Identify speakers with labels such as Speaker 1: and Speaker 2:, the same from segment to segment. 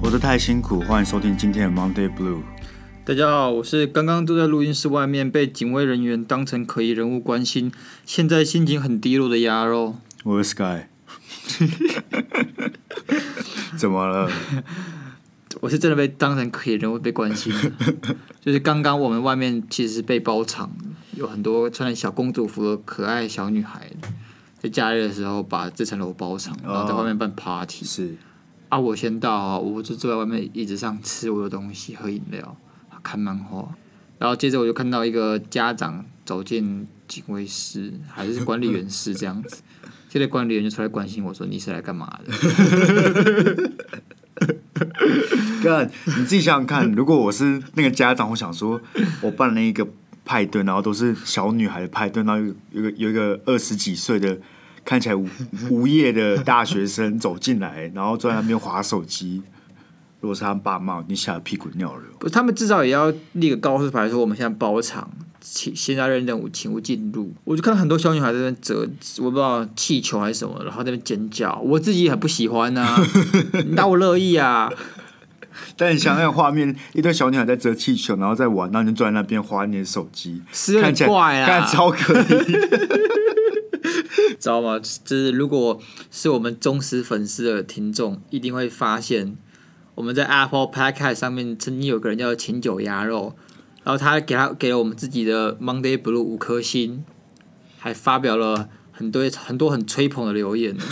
Speaker 1: 活得太辛苦，欢迎收听今天的 Monday Blue。
Speaker 2: 大家好，我是刚刚坐在录音室外面被警卫人员当成可疑人物关心，现在心情很低落的鸭肉。
Speaker 1: 我是 Sky。怎么了？
Speaker 2: 我是真的被当成可疑人物被关心的，就是刚刚我们外面其实是被包场的，有很多穿着小公主服的可爱小女孩，在假日的时候把这层楼包场，然后在外面办 party。
Speaker 1: 是
Speaker 2: 啊，我先到啊，我就坐在外面椅子上吃我的东西，喝饮料，看漫画。然后接着我就看到一个家长走进警卫室，还是管理员室这样 子。接着管理员就出来关心我说：“你是来干嘛的
Speaker 1: 干，你自己想想看，如果我是那个家长，我想说，我办了一个派对，然后都是小女孩的派对，然后有有个有一个二十几岁的。看起来无无业的大学生走进来，然后坐在那边划手机。如果是他爸妈，我一定吓得屁滚尿流。？”
Speaker 2: 不，他们至少也要立个告示牌说我们现在包场，请现在任任务，请勿进入。我就看很多小女孩在那边折，我不知道气球还是什么，然后在那边尖叫，我自己也很不喜 欢呐、你哪我乐意啊？
Speaker 1: 但你想那个画面，一堆小女孩在折气球，然后在玩，然后你就坐在那边划你的啊手机，
Speaker 2: 是有点
Speaker 1: 看起来
Speaker 2: 怪啊啦
Speaker 1: 看超可疑。
Speaker 2: 知道吗？就是如果是我们忠实粉丝的听众，一定会发现我们在 Apple Podcast 上面曾经有个人叫秦九鸭肉，然后他给他给了我们自己的 Monday Blue 五颗星，还发表了很多很多很吹捧的留言。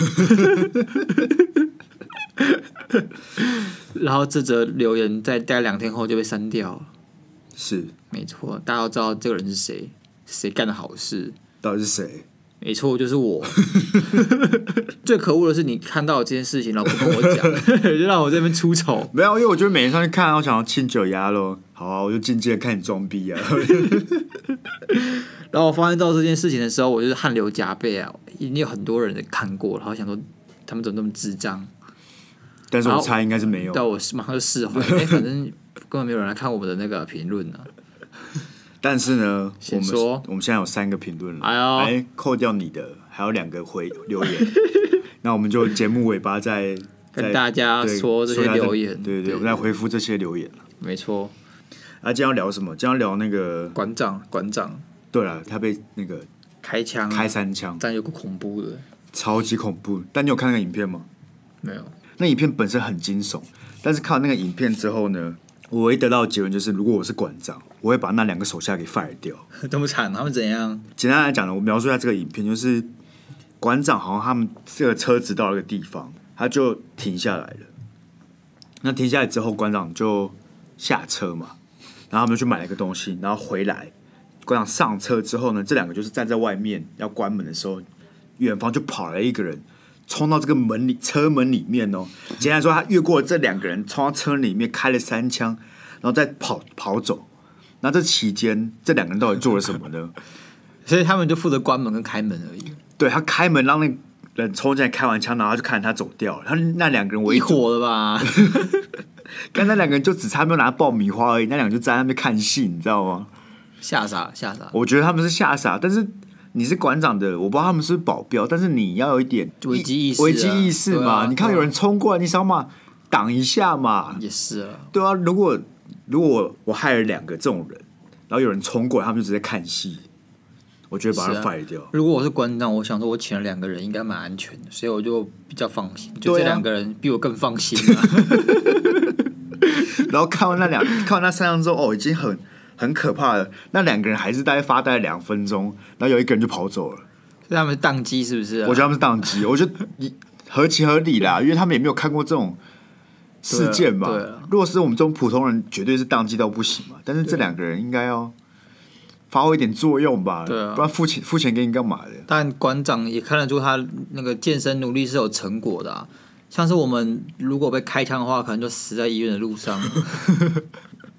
Speaker 2: 然后这则留言在大概两天后就被删掉了。
Speaker 1: 是，
Speaker 2: 没错，大家都知道这个人是谁，谁干的好事。
Speaker 1: 到底是谁？
Speaker 2: 没错，就是我。 最可恶的是你看到这件事情，然后不跟我讲， 就让我这边出丑。
Speaker 1: 没有，因为我觉得每天上去看，我想要亲九鸭咯。好啊，我就静静的看你装逼啊。
Speaker 2: 然后我发现到这件事情的时候，我就是汗流浃背啊！一定有很多人看过，然后想说他们怎么那么智障？
Speaker 1: 但是我
Speaker 2: 好
Speaker 1: 猜应该是没有。
Speaker 2: 但我马上就释 怀，哎、反正根本没有人来看我们的那个评论啊呢、
Speaker 1: 但是呢，我
Speaker 2: 先
Speaker 1: 们
Speaker 2: 说
Speaker 1: 我们现在有三个评论了，
Speaker 2: 哎呦
Speaker 1: 来扣掉你的，还有两个回留 言。那我们就节目尾巴再
Speaker 2: 跟
Speaker 1: 再
Speaker 2: 大家
Speaker 1: 对
Speaker 2: 说这些
Speaker 1: 一下
Speaker 2: 留言
Speaker 1: 对对对，
Speaker 2: 对
Speaker 1: 我们来回复这些留言了。
Speaker 2: 没错，
Speaker 1: 啊，今天要聊什么？今天要聊那个，
Speaker 2: 馆长，馆长
Speaker 1: 对了，他被那个
Speaker 2: 开枪，啊
Speaker 1: 开三枪，
Speaker 2: 但有个恐怖的，
Speaker 1: 超级恐怖。但你有看那个影片吗？
Speaker 2: 没有。
Speaker 1: 那影片本身很惊悚，但是看完那个影片之后呢，我唯一得到的结论就是，如果我是馆长，我会把那两个手下给 fire 掉。
Speaker 2: 这么惨，他们怎样？
Speaker 1: 简单来讲呢，我描述一下这个影片，就是馆长好像他们这个车子到了一个地方，他就停下来了。那停下来之后，馆长就下车嘛，然后他们就去买了一个东西，然后回来。馆长上车之后呢，这两个就是站在外面要关门的时候，远方就跑来一个人，冲到这个门里车门里面哦。简单来说，他越过了这两个人，冲到车里面开了三枪，然后再跑跑走。那这期间，这两个人到底做了什么呢？
Speaker 2: 所以他们就负责关门跟开门而已。
Speaker 1: 对他开门让那个人冲进来，开完枪，然后他就看着他走掉了。他那两个人我一
Speaker 2: 一伙了吧？
Speaker 1: 刚那两个人就只差没有拿爆米花而已，那两个就在那边看戏，你知道吗？
Speaker 2: 吓傻了，吓傻了。
Speaker 1: 我觉得他们是吓傻，但是你是馆长的，我不知道他们是不是保镖，但是你要有一点
Speaker 2: 危机意识啊
Speaker 1: 危机意识
Speaker 2: 对
Speaker 1: 嘛。
Speaker 2: 啊
Speaker 1: 你看有人冲过来，你想嘛挡一下嘛，
Speaker 2: 也是啊，
Speaker 1: 对啊。如果如果我害了两个这种人，然后有人冲过来，他们就直接看戏，我觉得把他
Speaker 2: 是啊
Speaker 1: fire 掉。
Speaker 2: 如果我是馆长，我想说我请了两个人，应该蛮安全的，所以我就比较放心。就
Speaker 1: 对
Speaker 2: 这
Speaker 1: 啊
Speaker 2: 两个人比我更放心啊 了。
Speaker 1: 然后看完那两看完那三张之后，哦，已经很很可怕了。那两个人还是大概发呆了两分钟，然后有一个人就跑走了。
Speaker 2: 所以他们宕机是不是、啊？
Speaker 1: 我觉得他们是宕机，我觉得你合情合理啦，因为他们也没有看过这种事件嘛。
Speaker 2: 对啊对啊
Speaker 1: 如果是我们这种普通人，绝对是宕机到不行嘛。但是这两个人应该要发挥一点作用吧，
Speaker 2: 对啊
Speaker 1: 不然付钱付钱给你干嘛的？
Speaker 2: 但馆长也看得出他那个健身努力是有成果的、啊。像是我们如果被开枪的话，可能就死在医院的路上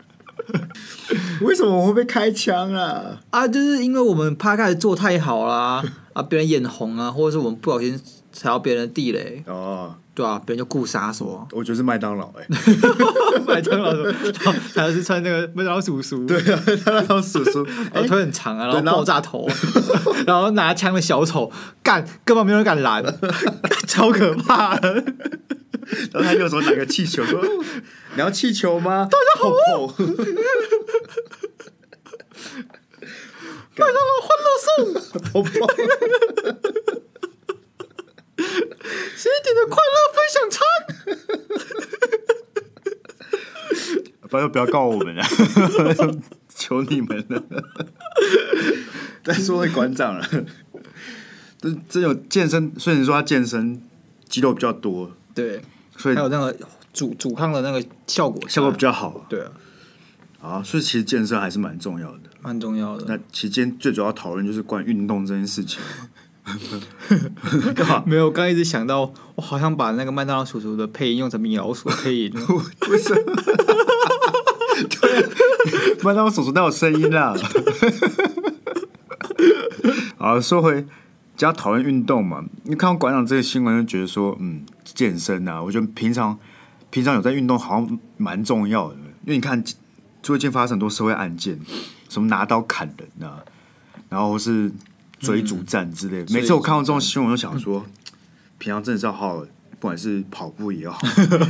Speaker 1: 为什么我会被开枪啊？
Speaker 2: 啊！就是因为我们趴开始做太好啦，啊，别人眼红啊，或者是我们不小心踩到别人的地雷，
Speaker 1: 哦，
Speaker 2: 对啊，别人就固杀 说
Speaker 1: 我觉得是麦当劳 哎、欸，
Speaker 2: 麦当劳 说，然后他是穿那个麦当劳叔叔，
Speaker 1: 对啊，麦当劳叔 叔，
Speaker 2: 然
Speaker 1: 哎、
Speaker 2: 后腿很长啊，然
Speaker 1: 对
Speaker 2: 后
Speaker 1: 然后
Speaker 2: 爆炸头， 然后拿枪的小丑干，根本没有人敢拦， 超可 怕的。
Speaker 1: 然后他右手拿个气球说：“ 你要气球吗？” 大家好、啊吼
Speaker 2: 欢乐颂，
Speaker 1: 吼吼吼
Speaker 2: 谁点的快乐分享餐？
Speaker 1: 拜托不要告我们了， 求你们了。 再说回馆长了，这这有健身，虽然说他健身肌肉比较多，
Speaker 2: 对，
Speaker 1: 所以
Speaker 2: 还有那个阻阻抗的那个效果，
Speaker 1: 效果比较好
Speaker 2: 对啊，
Speaker 1: 啊，所以其实健身还是蛮重要的。
Speaker 2: 蛮重要的。
Speaker 1: 那期间最主要讨论就是关于运动这件事情。 干嘛？
Speaker 2: 没有，我刚一直想到，我好像把那个麦当劳叔叔的配音用成米老鼠的配音，
Speaker 1: 为什么？ 对，啊麦当劳叔叔都有声音啊啦。 好，说回只要讨论运动嘛，你看到馆长这个新闻就觉得说，嗯，健身啊，我觉得平常平常有在运动好像蛮重要的，因为你看最近发生很多社会案件，什么拿刀砍人啊，然后是嗯追逐战之类的。每次我看到这种新闻，我就想说，平常真的是要好好。不管是跑步也好，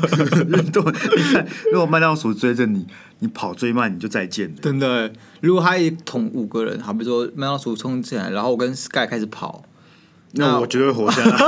Speaker 1: 运动， 你看，如果麦当劳鼠追着你，你跑最慢，你就再见了。
Speaker 2: 真的欸。如果他一捅五个人，好比说麦当劳叔叔冲进来，然后我跟 Sky 开始跑，
Speaker 1: 那
Speaker 2: 那
Speaker 1: 我绝对会活下来。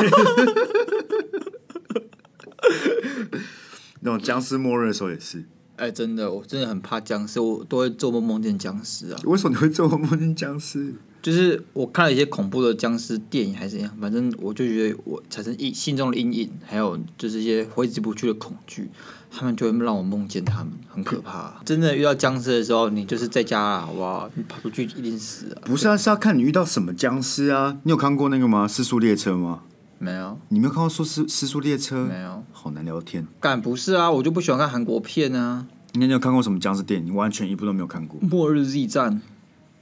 Speaker 1: 那种僵尸末日的时候也是，
Speaker 2: 哎、真的，我真的很怕僵尸，我都会做梦梦见僵尸啊。
Speaker 1: 为什么你会做梦梦见僵尸？
Speaker 2: 就是我看了一些恐怖的僵尸电影还是怎样，反正我就觉得我产生阴心中的阴影，还有就是一些挥之不去的恐惧，他们就会让我梦见他们，很可怕。啊真的遇到僵尸的时候，你就是在家啦，好不好？你跑出去一定死啊！
Speaker 1: 不是啊，是要看你遇到什么僵尸啊。你有看过那个吗？《失速列车》吗？
Speaker 2: 没有，
Speaker 1: 你没有看过《说失失速列车》？
Speaker 2: 没有，
Speaker 1: 好难聊天。
Speaker 2: 干不是啊，我就不喜欢看韩国片啊，
Speaker 1: 应该你有看过什么僵尸电影？你完全一部都没有看过。
Speaker 2: 《末日 Z 战》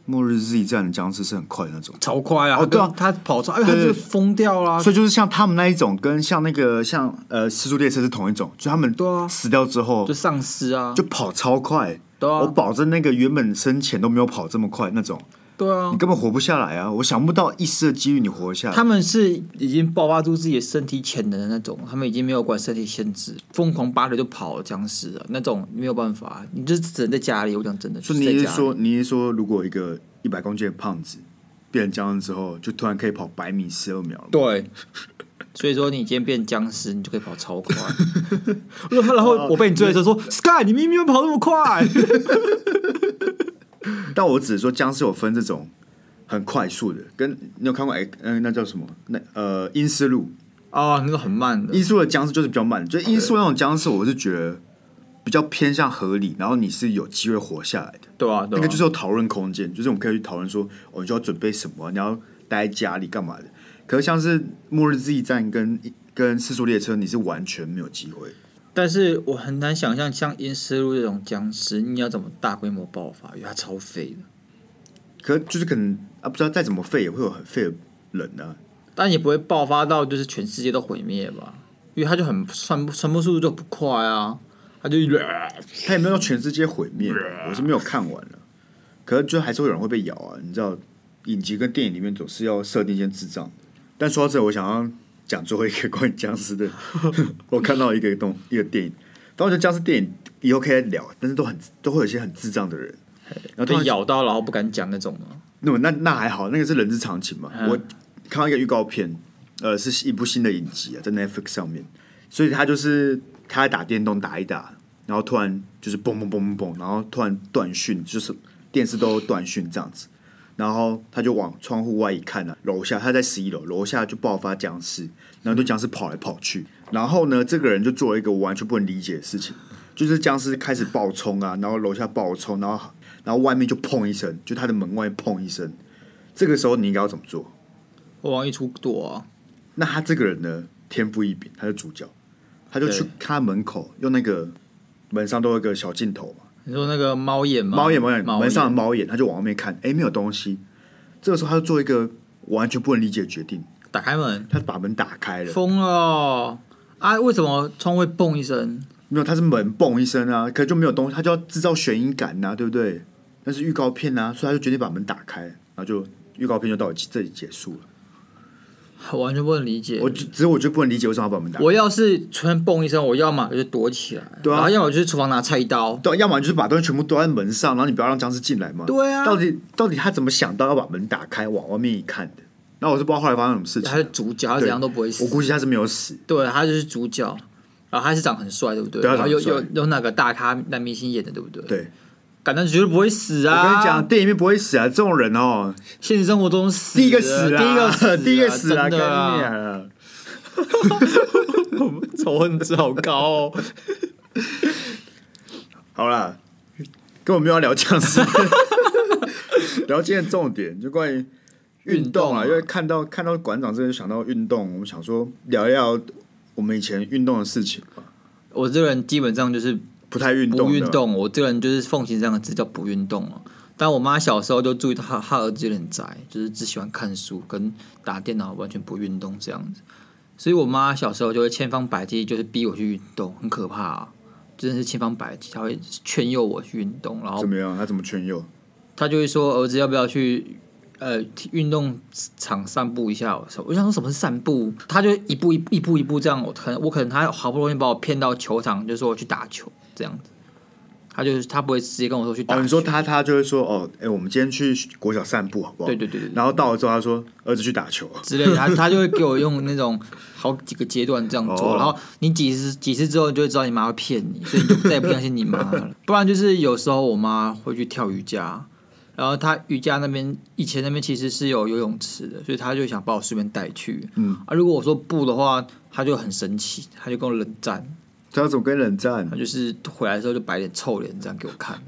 Speaker 1: 末日 Z 战的僵尸是很快的那种，
Speaker 2: 超快啊！
Speaker 1: 哦对啊
Speaker 2: 他跟他跑超，哎，他
Speaker 1: 对
Speaker 2: 就疯掉啊啦、
Speaker 1: 所以就是像他们那一种，跟像那个像呃《失速列车》是同一种，就他们
Speaker 2: 对啊
Speaker 1: 死掉之后
Speaker 2: 就丧尸啊，
Speaker 1: 就跑超快。
Speaker 2: 对啊
Speaker 1: 我保证那个原本生前都没有跑这么快那种，
Speaker 2: 对啊
Speaker 1: 你，根本活不下来啊！我想不到一丝的机遇你活下来
Speaker 2: 他。们是已经爆发出自己的身体潜能的那种，他们已经没有管身体限制，疯狂扒着就跑了僵尸啊，那种没有办法，你就只能在家里。我讲真的，
Speaker 1: 所
Speaker 2: 就
Speaker 1: 以
Speaker 2: 在
Speaker 1: 你是
Speaker 2: 家里
Speaker 1: 说，你是说，如果一个一百公斤的胖子变成僵尸之后，就突然可以跑百米十二秒 了吗？
Speaker 2: 对？所以说你今天变僵尸，你就可以跑 超快。然后然后我被你追的时候说，Sky，你明
Speaker 1: 哦
Speaker 2: 明跑那 么快，
Speaker 1: 但我只是说，僵尸有分这种很快速的，跟你有看过哎，嗯、那叫什么？那呃，阴尸路，
Speaker 2: 哦，那个很慢的，
Speaker 1: 阴尸路的僵尸就是比较慢的，就阴尸路那种僵尸，我是觉得比较偏向合理，然后你是有机会活下来的。
Speaker 2: 对啊，对
Speaker 1: 那
Speaker 2: 啊，
Speaker 1: 个就是有讨论空间，就是我们可以去讨论说，我们就要准备什么，你要待在家里干嘛的。可是像是《末日 Z 战》跟跟《四速列车》，你是完全没有机会。
Speaker 2: 但是我很难想象像阴尸路这种僵尸，你要怎么大规模爆发？因为它超肥的，
Speaker 1: 可就是可能啊，不知道再怎么废也会有很废的人啊呢、
Speaker 2: 但也不会爆发到就是全世界都毁灭吧，因为它就很传传播速度就不快啊，它就
Speaker 1: 他也没有让全世界毁灭，我是没有看完了。可是就还是会有人会被咬啊，你知道，影集跟电影里面总是要设定一些智障。但说到这，我想要讲最后一个关于僵尸的， 我看到一个东一个电影，但我觉得僵尸电影以后可以再聊，但是都很都会有一些很智障的人，然后
Speaker 2: 被
Speaker 1: 他们
Speaker 2: 咬到然后不敢讲那种嘛。
Speaker 1: 那那那还好，那个是人之常情嘛。
Speaker 2: 嗯
Speaker 1: 我看到一个预告片，呃，是一部新的影集啊，在 Netflix 上面，所以他就是他在打电动打一打，然后突然就是嘣嘣嘣嘣嘣，然后突然断讯，就是电视都断讯这样子，然后他就往窗户外一看啊，楼下他在十一楼，楼下就爆发僵尸，然后就僵尸跑来跑去，然后呢，这个人就做了一个我完全不能理解的事情，就是僵尸开始爆冲啊，然后楼下爆冲，然后然后外面就砰一声，就他的门外砰一声，这个时候你应该要怎么做？
Speaker 2: 我往一出躲啊，
Speaker 1: 那他这个人呢，天赋异禀，他是主角，他就去
Speaker 2: 对
Speaker 1: 看他门口，用那个门上都有一个小镜头嘛，
Speaker 2: 你说那个猫眼吗？
Speaker 1: 猫眼猫眼
Speaker 2: 啊猫
Speaker 1: 门上的猫眼，他就往外面看，哎，没有东西。这个时候他就做一个我完全不能理解的决定，
Speaker 2: 打开门，
Speaker 1: 他把门打开了，
Speaker 2: 疯了哦啊！为什么窗会嘣一声？
Speaker 1: 没有，他是门嘣一声啊，可就没有东西，他就要制造悬疑感呐、对不对？那是预告片呐、所以他就决定把门打开，然后就预告片就到这里结束了。
Speaker 2: 我完全不能理解。
Speaker 1: 我
Speaker 2: 我
Speaker 1: 就只是我就不能理解为什么要把门打开，
Speaker 2: 要是突然嘣一声，我要么我就躲起来，
Speaker 1: 对啊
Speaker 2: 然后要么我就去厨房拿菜刀。
Speaker 1: 对，要么就是把东西全部丢在门上，然后你不要让僵尸进来嘛。
Speaker 2: 对啊
Speaker 1: 到底到底他怎么想到要把门打开往外面一看的？那我是不知道后来发生什么事情
Speaker 2: 他是主角，他怎样都不会
Speaker 1: 我
Speaker 2: 死。
Speaker 1: 估计他是没有死，
Speaker 2: 对，他就是主角，然后他是长很帅，对不对？
Speaker 1: 对他
Speaker 2: 然后
Speaker 1: 长
Speaker 2: 又
Speaker 1: 很帅
Speaker 2: 又又那个大咖男明星演的，对不对？
Speaker 1: 对，
Speaker 2: 感觉绝对不会死
Speaker 1: 我
Speaker 2: 啊！
Speaker 1: 跟你讲，，电影里面不会死啊，这种人哦，
Speaker 2: 现实生活中死啊了
Speaker 1: 第一个死
Speaker 2: 第一个死
Speaker 1: 啊，
Speaker 2: 了，
Speaker 1: 第一个死啊，
Speaker 2: 真的
Speaker 1: 干你
Speaker 2: 啊！
Speaker 1: 啊！
Speaker 2: 我 们仇恨值好高哦。
Speaker 1: 好啦，跟我们又要聊僵尸， 聊今天的重点就关于运动啊，
Speaker 2: 运动啊
Speaker 1: 因为看到看到馆长这边想到运动，我们想说聊一聊我们以前运动的事情吧，
Speaker 2: 我这个人基本上就是
Speaker 1: 不太运动
Speaker 2: 不
Speaker 1: 的，
Speaker 2: 运动，我这个人就是奉行这样的字叫不运动了。但我妈小时候就注意到她她儿子有点宅，就是只喜欢看书跟打电脑，完全不运动这样子。所以我妈小时候就会千方百计，就是逼我去运动，很可怕、啊，真的是千方百计，她会劝诱我去运动，然后
Speaker 1: 怎么样？他怎么劝诱？
Speaker 2: 他就会说儿子要不要去呃体运动场散步一下？我说我想说什么是散步？他就一步一步一步一步这样，我可能我可能他好不容易把我骗到球场，就说我去打球这样子。他就是他不会直接跟我说去打球。
Speaker 1: 哦，你说他他就会说哦，哎、我们今天去国小散步好不好？
Speaker 2: 对对对对对
Speaker 1: 然后到了之后，他说儿子去打球，
Speaker 2: 之类的，他他就会给我用那种好几个阶段这样做，
Speaker 1: 哦
Speaker 2: 然后你几次几次之后，你就会知道你妈会骗你，所以你就再也不相信你妈了。不然就是有时候我妈会去跳瑜伽，然后她瑜伽那边以前那边其实是有游泳池的，所以她就想把我顺便带去。
Speaker 1: 嗯，
Speaker 2: 啊，如果我说不的话，她就很生气，她就跟我冷战，
Speaker 1: 他怎么跟冷战
Speaker 2: 她？就是回来的时候就摆脸臭脸这样给我看，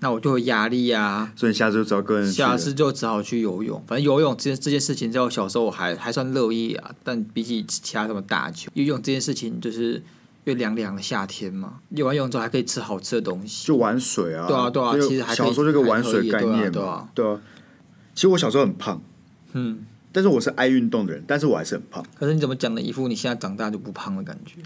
Speaker 2: 那我就有压力啊。
Speaker 1: 所以你下次就只要跟人去了
Speaker 2: 下次就只好去游泳。反正游泳这这件事情，在我小时候我还还算乐意啊，但比起其他什么打球，游泳这件事情就是越凉凉的夏天嘛，游完泳之后还可以吃好吃的东西。
Speaker 1: 就玩水啊，
Speaker 2: 对啊对啊
Speaker 1: 就
Speaker 2: 其实还可以
Speaker 1: 小时候这个玩水概念嘛，
Speaker 2: 还可以对啊
Speaker 1: 对啊。其实我小时候很胖，
Speaker 2: 嗯，
Speaker 1: 但是我是爱运动的人，但是我还是很胖。
Speaker 2: 可是你怎么讲的一副你现在长大就不胖的感觉？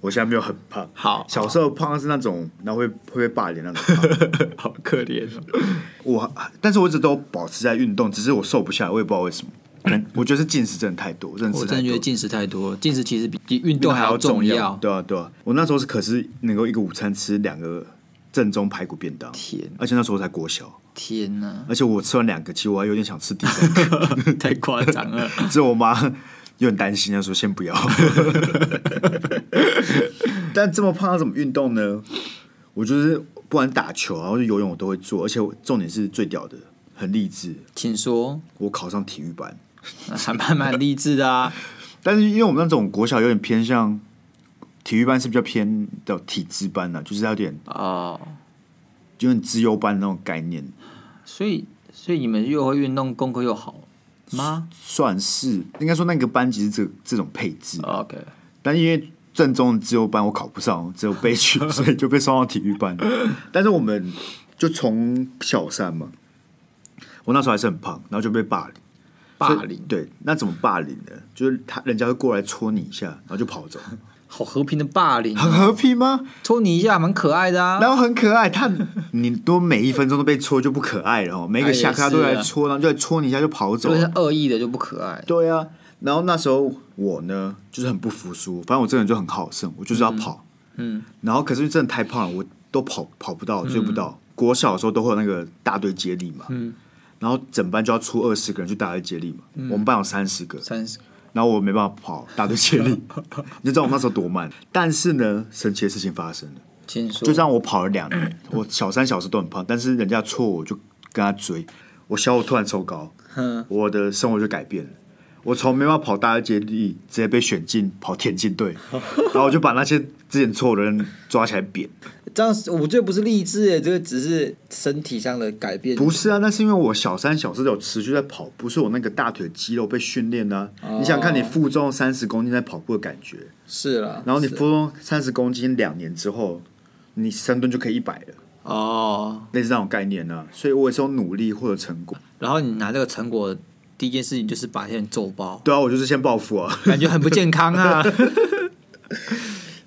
Speaker 1: 我现在没有很胖，
Speaker 2: 好
Speaker 1: 小时候胖是那种，然后会会被霸凌那种 胖。
Speaker 2: 好可怜哦。
Speaker 1: 我，但是我一直都保持在运动，只是我瘦不下来，我也不知道为什 么。可能我觉得是进食真的太多，认
Speaker 2: 我
Speaker 1: 识太
Speaker 2: 真的觉得
Speaker 1: 多。
Speaker 2: 进食太多了，进食其实比比运
Speaker 1: 运
Speaker 2: 动还要重
Speaker 1: 啊要，。对啊，对啊。我那时候是可是能够一个午餐吃两个正宗排骨便当，
Speaker 2: 天
Speaker 1: 而且那时候我才国小，，
Speaker 2: 天 哪
Speaker 1: 而且我吃完两个，其实我还有点想吃第 三个，
Speaker 2: 太夸张了。
Speaker 1: 只有我妈有点担心，她说先 不要。但这么胖要怎么运动呢？我就是不管打球啊，或者游泳，我都会做，而且我重点是最屌的，很励志。
Speaker 2: 请说，
Speaker 1: 我考上体育班，
Speaker 2: 还蛮蛮励志的啊。
Speaker 1: 但是因为我们那种国小有点偏向体育班，是比较偏的体制班啊，就是有点
Speaker 2: 哦，
Speaker 1: 有点资优班那种概念，
Speaker 2: 所以所以你们又会运动，功课又好吗？
Speaker 1: 算是应该说那个班级是这这种配置，
Speaker 2: 哦 OK，
Speaker 1: 但因为正宗的自由班我考不上，只有被取，所以就被送到体育班。 但是我们就从小三嘛，我那时候还是很胖，然后就被霸凌。
Speaker 2: 霸
Speaker 1: 所以
Speaker 2: 凌，
Speaker 1: 对，那怎么霸凌呢？就是他人家会过来戳你一下，然后就跑走，
Speaker 2: 好和平的霸凌，
Speaker 1: 很和平吗？
Speaker 2: 戳你一下蛮可爱的啊。
Speaker 1: 然后很可爱，他你多每一分钟都被戳就不可爱了哦，每
Speaker 2: 哎
Speaker 1: 个下课他都来戳，然后就来戳你一下就跑
Speaker 2: 如
Speaker 1: 走
Speaker 2: 果。是恶意啊的就不可爱，
Speaker 1: 对啊，然后那时候我呢就是很不服输，反正我这个人就很好胜，我就是要跑，
Speaker 2: 嗯，
Speaker 1: 然后可是真的太胖了，我都跑跑不到，追不到。国小的时候都会有那个大队接力嘛，
Speaker 2: 嗯，
Speaker 1: 然后整班就要出二十个人去大队接力嘛，我们班有三十个，
Speaker 2: 三十
Speaker 1: 然后我没办法跑大队接 力，你就知道我那时候多慢。但是呢，神奇的事情发生了。
Speaker 2: 请说，
Speaker 1: 就这样，我跑了两年，我小三小四都很胖，但是人家错我就跟他追，我小我突然抽高，
Speaker 2: 嗯，
Speaker 1: 我的生活就改变了。我从没办法跑大家接力，直接被选进跑田径队，然后我就把那些之前错的人抓起来扁。
Speaker 2: 这样我觉得不是励志欸诶，这个只是身体上的改变，
Speaker 1: 不是啊，那是因为我小三小四都有持续在跑，不是我那个大腿肌肉被训练呢、你想看你负重三十公斤在跑步的感觉，
Speaker 2: 是啦。
Speaker 1: 然后你
Speaker 2: 是
Speaker 1: 负重三十公斤两年之后，你深蹲就可以一百了，
Speaker 2: 哦，
Speaker 1: 啊类似那种概念呢、所以我也是有努力获得成果。
Speaker 2: 然后你拿这个成果第一件事情就是把这些人揍爆，
Speaker 1: 对啊，我就是先报复啊，
Speaker 2: 感觉很不健康 啊。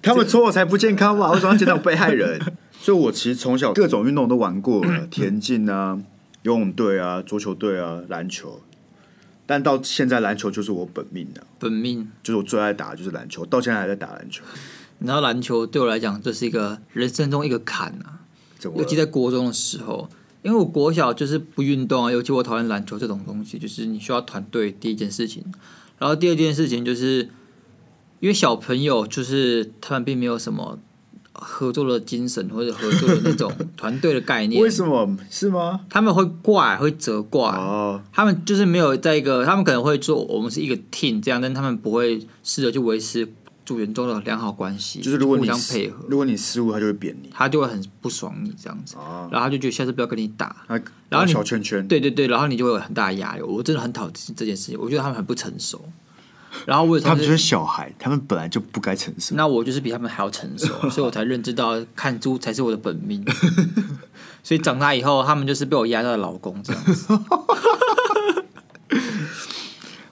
Speaker 1: 他们说我才不健康 吧，我怎么要见到被害人？ 所以，我其实从小各种运动都玩过了，田径啊、游泳队啊、桌球队啊、篮球，但到现在篮球就是我本命的、
Speaker 2: 本命，
Speaker 1: 就是我最爱打的就是篮球，到现在还在打篮球。
Speaker 2: 然后篮球对我来讲，这是一个人生中一个坎啊。
Speaker 1: 怎么
Speaker 2: 尤
Speaker 1: 了
Speaker 2: 其？在国中的时候，因为我国小就是不运动啊，尤其我讨厌篮球这种东西，就是你需要团队第一件事情，然后第二件事情就是，因为小朋友就是他们并没有什么合作的精神或者合作的 那种团队的概念
Speaker 1: 为，什么是吗？
Speaker 2: 他们会怪会责怪，
Speaker 1: 哦，
Speaker 2: 他们就是没有在一个，他们可能会做我们是一个 team 这样，但他们不会试着去维持组员中的良好关系，
Speaker 1: 就是如果
Speaker 2: 互
Speaker 1: 你
Speaker 2: 相配合，
Speaker 1: 如果你失误，他就会扁你
Speaker 2: 他就会很不爽你这样子，
Speaker 1: 啊。
Speaker 2: 然后他就觉得下次不要跟你打。
Speaker 1: 那
Speaker 2: 然后你
Speaker 1: 小圈圈，
Speaker 2: 对对对，然后你就会有很大的压力。我真的很讨厌这件事情，我觉得他们很不成熟。然后我也
Speaker 1: 他们就是
Speaker 2: 是，
Speaker 1: 小孩，他们本来就不该成熟。
Speaker 2: 那我就是比他们还要成 熟，所以我才认知到看猪才是我的本命。所以长大以后，他们就是被我压榨的老公这样子。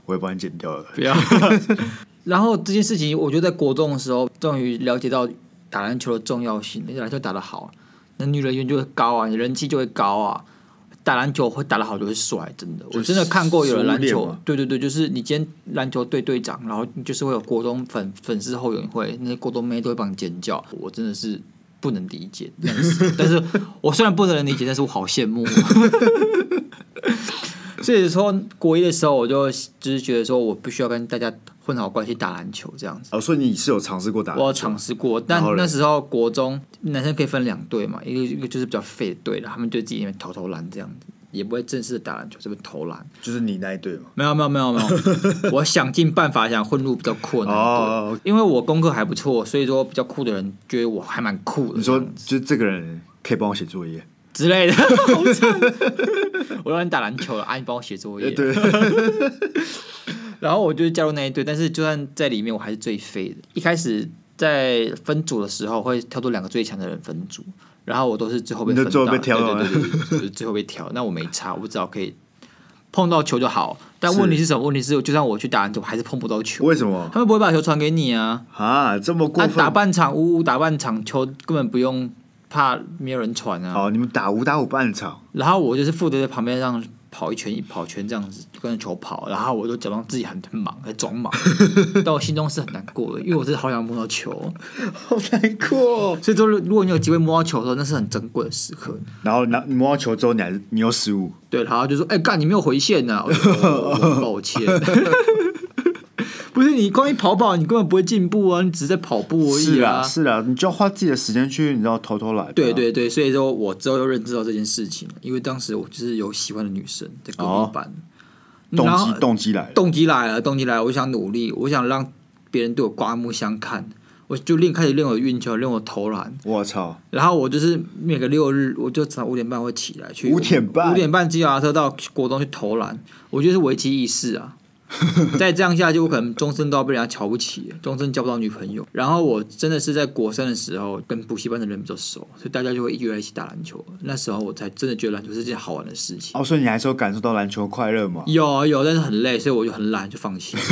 Speaker 1: 我也帮你剪掉了。
Speaker 2: 不要。然后这件事情，我觉得在国中的时候，终于了解到打篮球的重要性。你篮球打得好，男女人缘就会高啊，你人气就会高啊。打篮球会打得好就会帅，真的，
Speaker 1: 就
Speaker 2: 我真的看过有人篮
Speaker 1: 食物链
Speaker 2: 球
Speaker 1: 嘛，
Speaker 2: 对对对，就是你今天篮球队队长，然后你就是会有国中粉粉丝后援会，那些国中妹都会帮你尖叫，我真的是不能理解，那个时候 但是我虽然不能理解，但是我好羡慕。啊 所以说，国一的时候，我就就是觉得说我必须要跟大家混好关系，打篮球这样子。
Speaker 1: 哦，所以你是有尝试过打
Speaker 2: 我有
Speaker 1: 篮球？
Speaker 2: 尝试过，但
Speaker 1: 然后嘞
Speaker 2: 那时候国中男生可以分两队嘛，一个一个就是比较废的队了，他们就自己那边投投篮这样子，也不会正式的打篮球，这边投篮。
Speaker 1: 就是你那一队嘛。
Speaker 2: 没有没有没有没 有，我想尽办法想混入比较酷的那一队，
Speaker 1: 哦，
Speaker 2: 因为我功课还不错，所以说比较酷的人觉得我还蛮酷的。
Speaker 1: 你说就是这个人可以帮我写作业？
Speaker 2: 之类的，好惨 我让你打篮球了，啊，你帮我写作业。
Speaker 1: 对，
Speaker 2: 然后我就加入那一队，但是就算在里面，我还是最废的。一开始在分组的时候，会挑出两个最强的人分组，然后我都是最后被
Speaker 1: 你就
Speaker 2: 分到，
Speaker 1: 最后被挑
Speaker 2: 对
Speaker 1: 了
Speaker 2: 对对对，对我是最后被挑。那我没差，我只要可以碰到球就好。但问题是什么？问题是，就算我去打篮球，我还是碰不到球。
Speaker 1: 为什么
Speaker 2: 他们不会把球传给你啊！
Speaker 1: 啊？这么
Speaker 2: 他、
Speaker 1: 过
Speaker 2: 啊、打
Speaker 1: 分？
Speaker 2: 半场，呜呜打半场，球根本不用怕没有人传啊。
Speaker 1: 好，你们打五打五半场，
Speaker 2: 然后我就是负责在旁边这样跑一圈一跑圈这样子跟着球跑，然后我就假装自己很很忙，在装 忙，但我心中是很难过的，因为我真的好想摸到球。
Speaker 1: 好难过。
Speaker 2: 所以说，如如果你有机会摸到球的时候，那是很珍贵的时刻。
Speaker 1: 然后拿你摸到球之后，你还是你又失误，
Speaker 2: 对，然后就说：“哎、干，你没有回线呢、啊！”我 就说哦我很抱 歉。不是你光一跑跑，你根本不会进步啊！你只是在跑步而已
Speaker 1: 是
Speaker 2: 啊。
Speaker 1: 啊是啊，你就要花自己的时间去，你知道偷偷来。
Speaker 2: 对，对对，所以说我之后又认知到这件事情，因为当时我就是有喜欢的女生在隔壁
Speaker 1: 哦
Speaker 2: 班，
Speaker 1: 动
Speaker 2: 然后
Speaker 1: 机动机来了，
Speaker 2: 动机来了，动机来了，我想努力，我想让别人对我刮目相看，我就练开始练我的运球，练我投篮，
Speaker 1: 我操！
Speaker 2: 然后我就是每个六日，我就早五点半会起来去
Speaker 1: 五点半
Speaker 2: 五点半骑脚踏车到国中去投篮，我觉得是危机意 识啊。再这样下去，我可能终身都要被人家瞧不起，终身交不到女朋友。然后我真的是在国三的时候跟补习班的人比较熟，所以大家就会约在一起打篮球。那时候我才真的觉得篮球是件好玩的事情。
Speaker 1: 哦，所以你还是有感受到篮球的快乐嘛？
Speaker 2: 有啊有，但是很累，所以我就很懒，就放弃。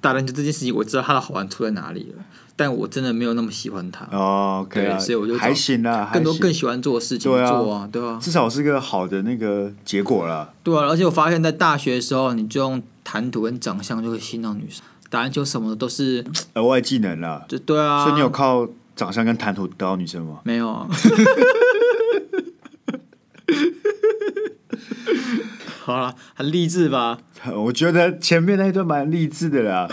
Speaker 2: 打篮球这件事情，我知道它的好玩处在哪里了，但我真的没有那么喜欢它。
Speaker 1: 哦，可以啊，
Speaker 2: 对所以我就找
Speaker 1: 还行啊，还
Speaker 2: 更多
Speaker 1: 行
Speaker 2: 更喜欢做的事情
Speaker 1: 对啊
Speaker 2: 做啊，对啊，
Speaker 1: 至少是个好的那个结果啦。
Speaker 2: 对啊。而且我发现，在大学的时候，你就用谈吐跟长相就会吸引到女生。打篮球什么的都是，
Speaker 1: 额外技能啦。
Speaker 2: 就对啊。
Speaker 1: 所以你有靠长相跟谈吐得到女生吗？
Speaker 2: 没有 啊？好了，很励志吧？
Speaker 1: 我觉得前面那一段蛮励志的 啦，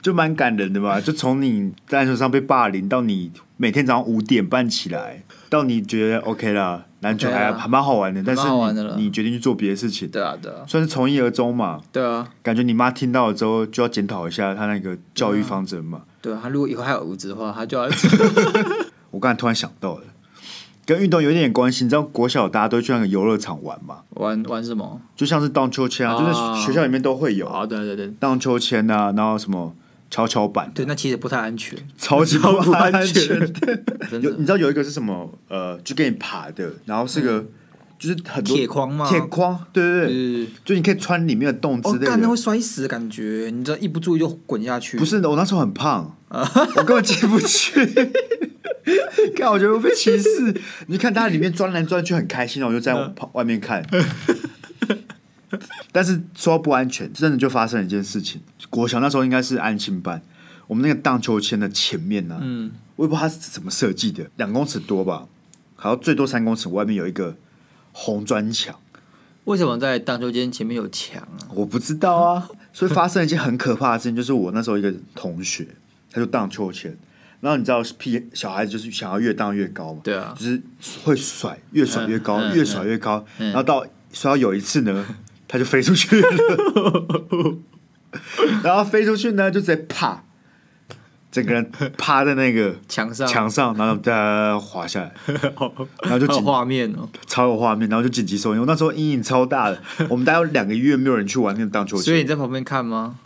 Speaker 1: 就蛮感人的嘛。就从你在篮球上被霸凌，到你每天早上五点半起来，到你觉得 OK 啦，篮球
Speaker 2: OK
Speaker 1: 还
Speaker 2: 啊
Speaker 1: 还蛮好玩的，但是
Speaker 2: 蛮好玩的了
Speaker 1: 你你决定去做别的事情，
Speaker 2: 对啊，对啊，
Speaker 1: 算是从一而终嘛。
Speaker 2: 对啊，
Speaker 1: 感觉你妈听到了之后，就要检讨一下她那个教育方针嘛。
Speaker 2: 对啊。他如果以后还有儿子的话，他就要
Speaker 1: 我刚才突然想到了，跟运动有一点点关系。你知道国小大家都去那个游乐场玩嘛，
Speaker 2: 玩玩什么？
Speaker 1: 就像是荡秋千啊，
Speaker 2: 啊
Speaker 1: 就是学校里面都会有。
Speaker 2: 啊，对对对，
Speaker 1: 荡秋千啊，然后什么跷跷板，啊
Speaker 2: 对，那其实不太安 全，
Speaker 1: 超级不安全。
Speaker 2: 真
Speaker 1: 有
Speaker 2: 的
Speaker 1: 你知道有一个是什么？呃，就给你爬的，然后是个就是很多
Speaker 2: 铁框嘛，
Speaker 1: 铁框，对对对，
Speaker 2: 是
Speaker 1: 就你可以穿里面的洞之
Speaker 2: 哦，
Speaker 1: 类
Speaker 2: 干那
Speaker 1: 的
Speaker 2: 会。摔死的感觉，你知道一不注意就滚下去。
Speaker 1: 不是，我那时候很胖，我根本进不去。 看，我觉得我被歧视。你就看他里面钻来钻去很开心，然后哦我就在跑外面看。但是说到不安全，真的就发生了一件事情。国小那时候应该是安庆班，我们那个荡秋千的前面呢、啊
Speaker 2: 嗯，
Speaker 1: 我也不知道它是怎么设计的，两公尺多吧，好像最多三公尺，外面有一个红砖墙，
Speaker 2: 为什么在荡秋千前面有墙啊？
Speaker 1: 我不知道啊。所以发生了一件很可怕的事情，就是我那时候一个同学，他就荡秋千，然后你知道屁小孩子就是想要越荡越高嘛，
Speaker 2: 对啊，
Speaker 1: 就是会甩，越甩越高，
Speaker 2: 嗯嗯
Speaker 1: 越甩越高，
Speaker 2: 嗯
Speaker 1: 然后到甩到有一次呢，他就飞出去 了，然后飞出去呢就直接啪，整个人趴在那个
Speaker 2: 墙上
Speaker 1: 墙上，然后再滑 下来，然后就
Speaker 2: 还有
Speaker 1: 紧
Speaker 2: 画面哦，
Speaker 1: 超有画面，然后就紧急收音。我那时候阴影超大 的，我们大概有两个月没有人去玩那个荡秋
Speaker 2: 所以
Speaker 1: 千。
Speaker 2: 你在旁边看吗？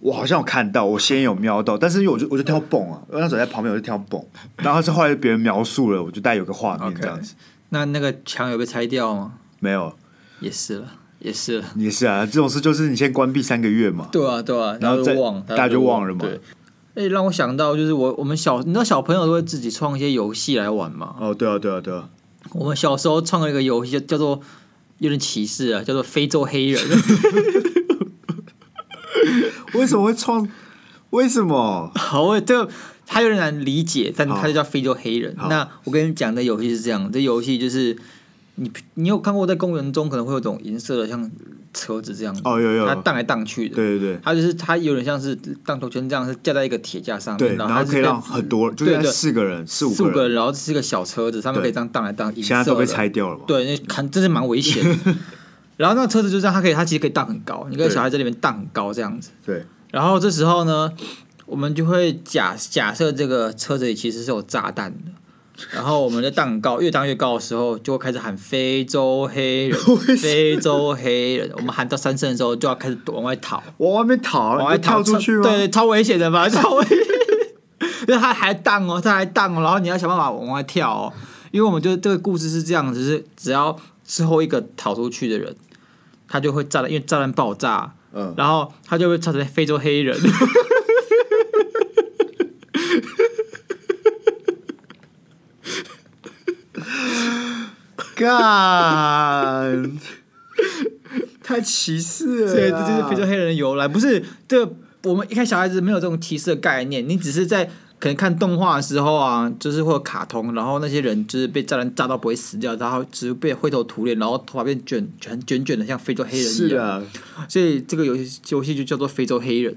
Speaker 1: 我好像有看到，我先有瞄到，但是因为我就我就跳蹦啊，我那时候在旁边我就跳蹦，然后是后来别人描述了，我就带有个画面
Speaker 2: OK
Speaker 1: 这样子。
Speaker 2: 那那个墙有被拆掉吗？
Speaker 1: 没有，
Speaker 2: 也是了，也是了。
Speaker 1: 也是啊，这种事就是你先关闭三个月嘛。
Speaker 2: 对啊，对啊，
Speaker 1: 然后
Speaker 2: 大家
Speaker 1: 再
Speaker 2: 就忘，
Speaker 1: 大家就忘了嘛
Speaker 2: 对，哎，让我想到就是我我们小，你知道小朋友都会自己创一些游戏来玩嘛？
Speaker 1: 哦，对啊，对啊，对啊，
Speaker 2: 我们小时候创了一个游戏叫做有点歧视啊，叫做非洲黑人。
Speaker 1: 为什么会创？为什么？
Speaker 2: 好，我这个他有点难理解，但
Speaker 1: 好
Speaker 2: 他就叫非洲黑人。
Speaker 1: 好
Speaker 2: 那我跟你讲的游戏是这样，这游戏就是你你有看过在公园中可能会有种银色的像车子这样，
Speaker 1: 哦，有有
Speaker 2: 它，荡来荡去的。
Speaker 1: 对对对
Speaker 2: 它就是它有点像是荡秋千这样，是架在一个铁架上面，
Speaker 1: 对，然
Speaker 2: 后
Speaker 1: 后
Speaker 2: 它
Speaker 1: 可以让很多，就
Speaker 2: 对
Speaker 1: 是
Speaker 2: 对
Speaker 1: 四个人、四五
Speaker 2: 四五
Speaker 1: 个
Speaker 2: 个
Speaker 1: 人，
Speaker 2: 人，然后是一个小车子，上面
Speaker 1: 对
Speaker 2: 可以这样荡来荡，银
Speaker 1: 现在都
Speaker 2: 色
Speaker 1: 被
Speaker 2: 的
Speaker 1: 拆掉了嘛。
Speaker 2: 对，那看真是蛮危险 的。然后那个车子就这样，它可以，它其实可以荡很高，你可以
Speaker 1: 对
Speaker 2: 小孩在里面荡很高这样子。
Speaker 1: 对，
Speaker 2: 然后这时候呢，我们就会假假设这个车子里其实是有炸弹的。然后我们在荡很高，越荡越高的时候，就会开始喊非洲黑人
Speaker 1: 为什，么
Speaker 2: 非洲黑人。我们喊到三声的时候，就要开始往外逃，
Speaker 1: 往外面逃，
Speaker 2: 往外
Speaker 1: 你就跳
Speaker 2: 逃
Speaker 1: 出去吗？
Speaker 2: 对，对超危险的吧？ 超危险，因为他还荡哦，他还荡哦，然后你要想办法往外跳哦。因为我们就这个故事是这样，子，是只要最后一个逃出去的人，他就会炸弹，因为炸弹爆炸，
Speaker 1: 嗯，
Speaker 2: 然后他就会变成非洲黑人。
Speaker 1: 干，太歧视了啦。
Speaker 2: 对，这就是非洲黑人的由来。不是这个，我们一开始小孩子没有这种歧视的概念，你只是在可能看动画的时候啊，就是或者卡通，然后那些人就是被炸弹炸到不会死掉，然后只是被灰头土脸，然后头发变卷卷卷卷的，像非洲黑人一
Speaker 1: 是
Speaker 2: 样。
Speaker 1: 啊，
Speaker 2: 所以这个游戏游戏就叫做非洲黑人。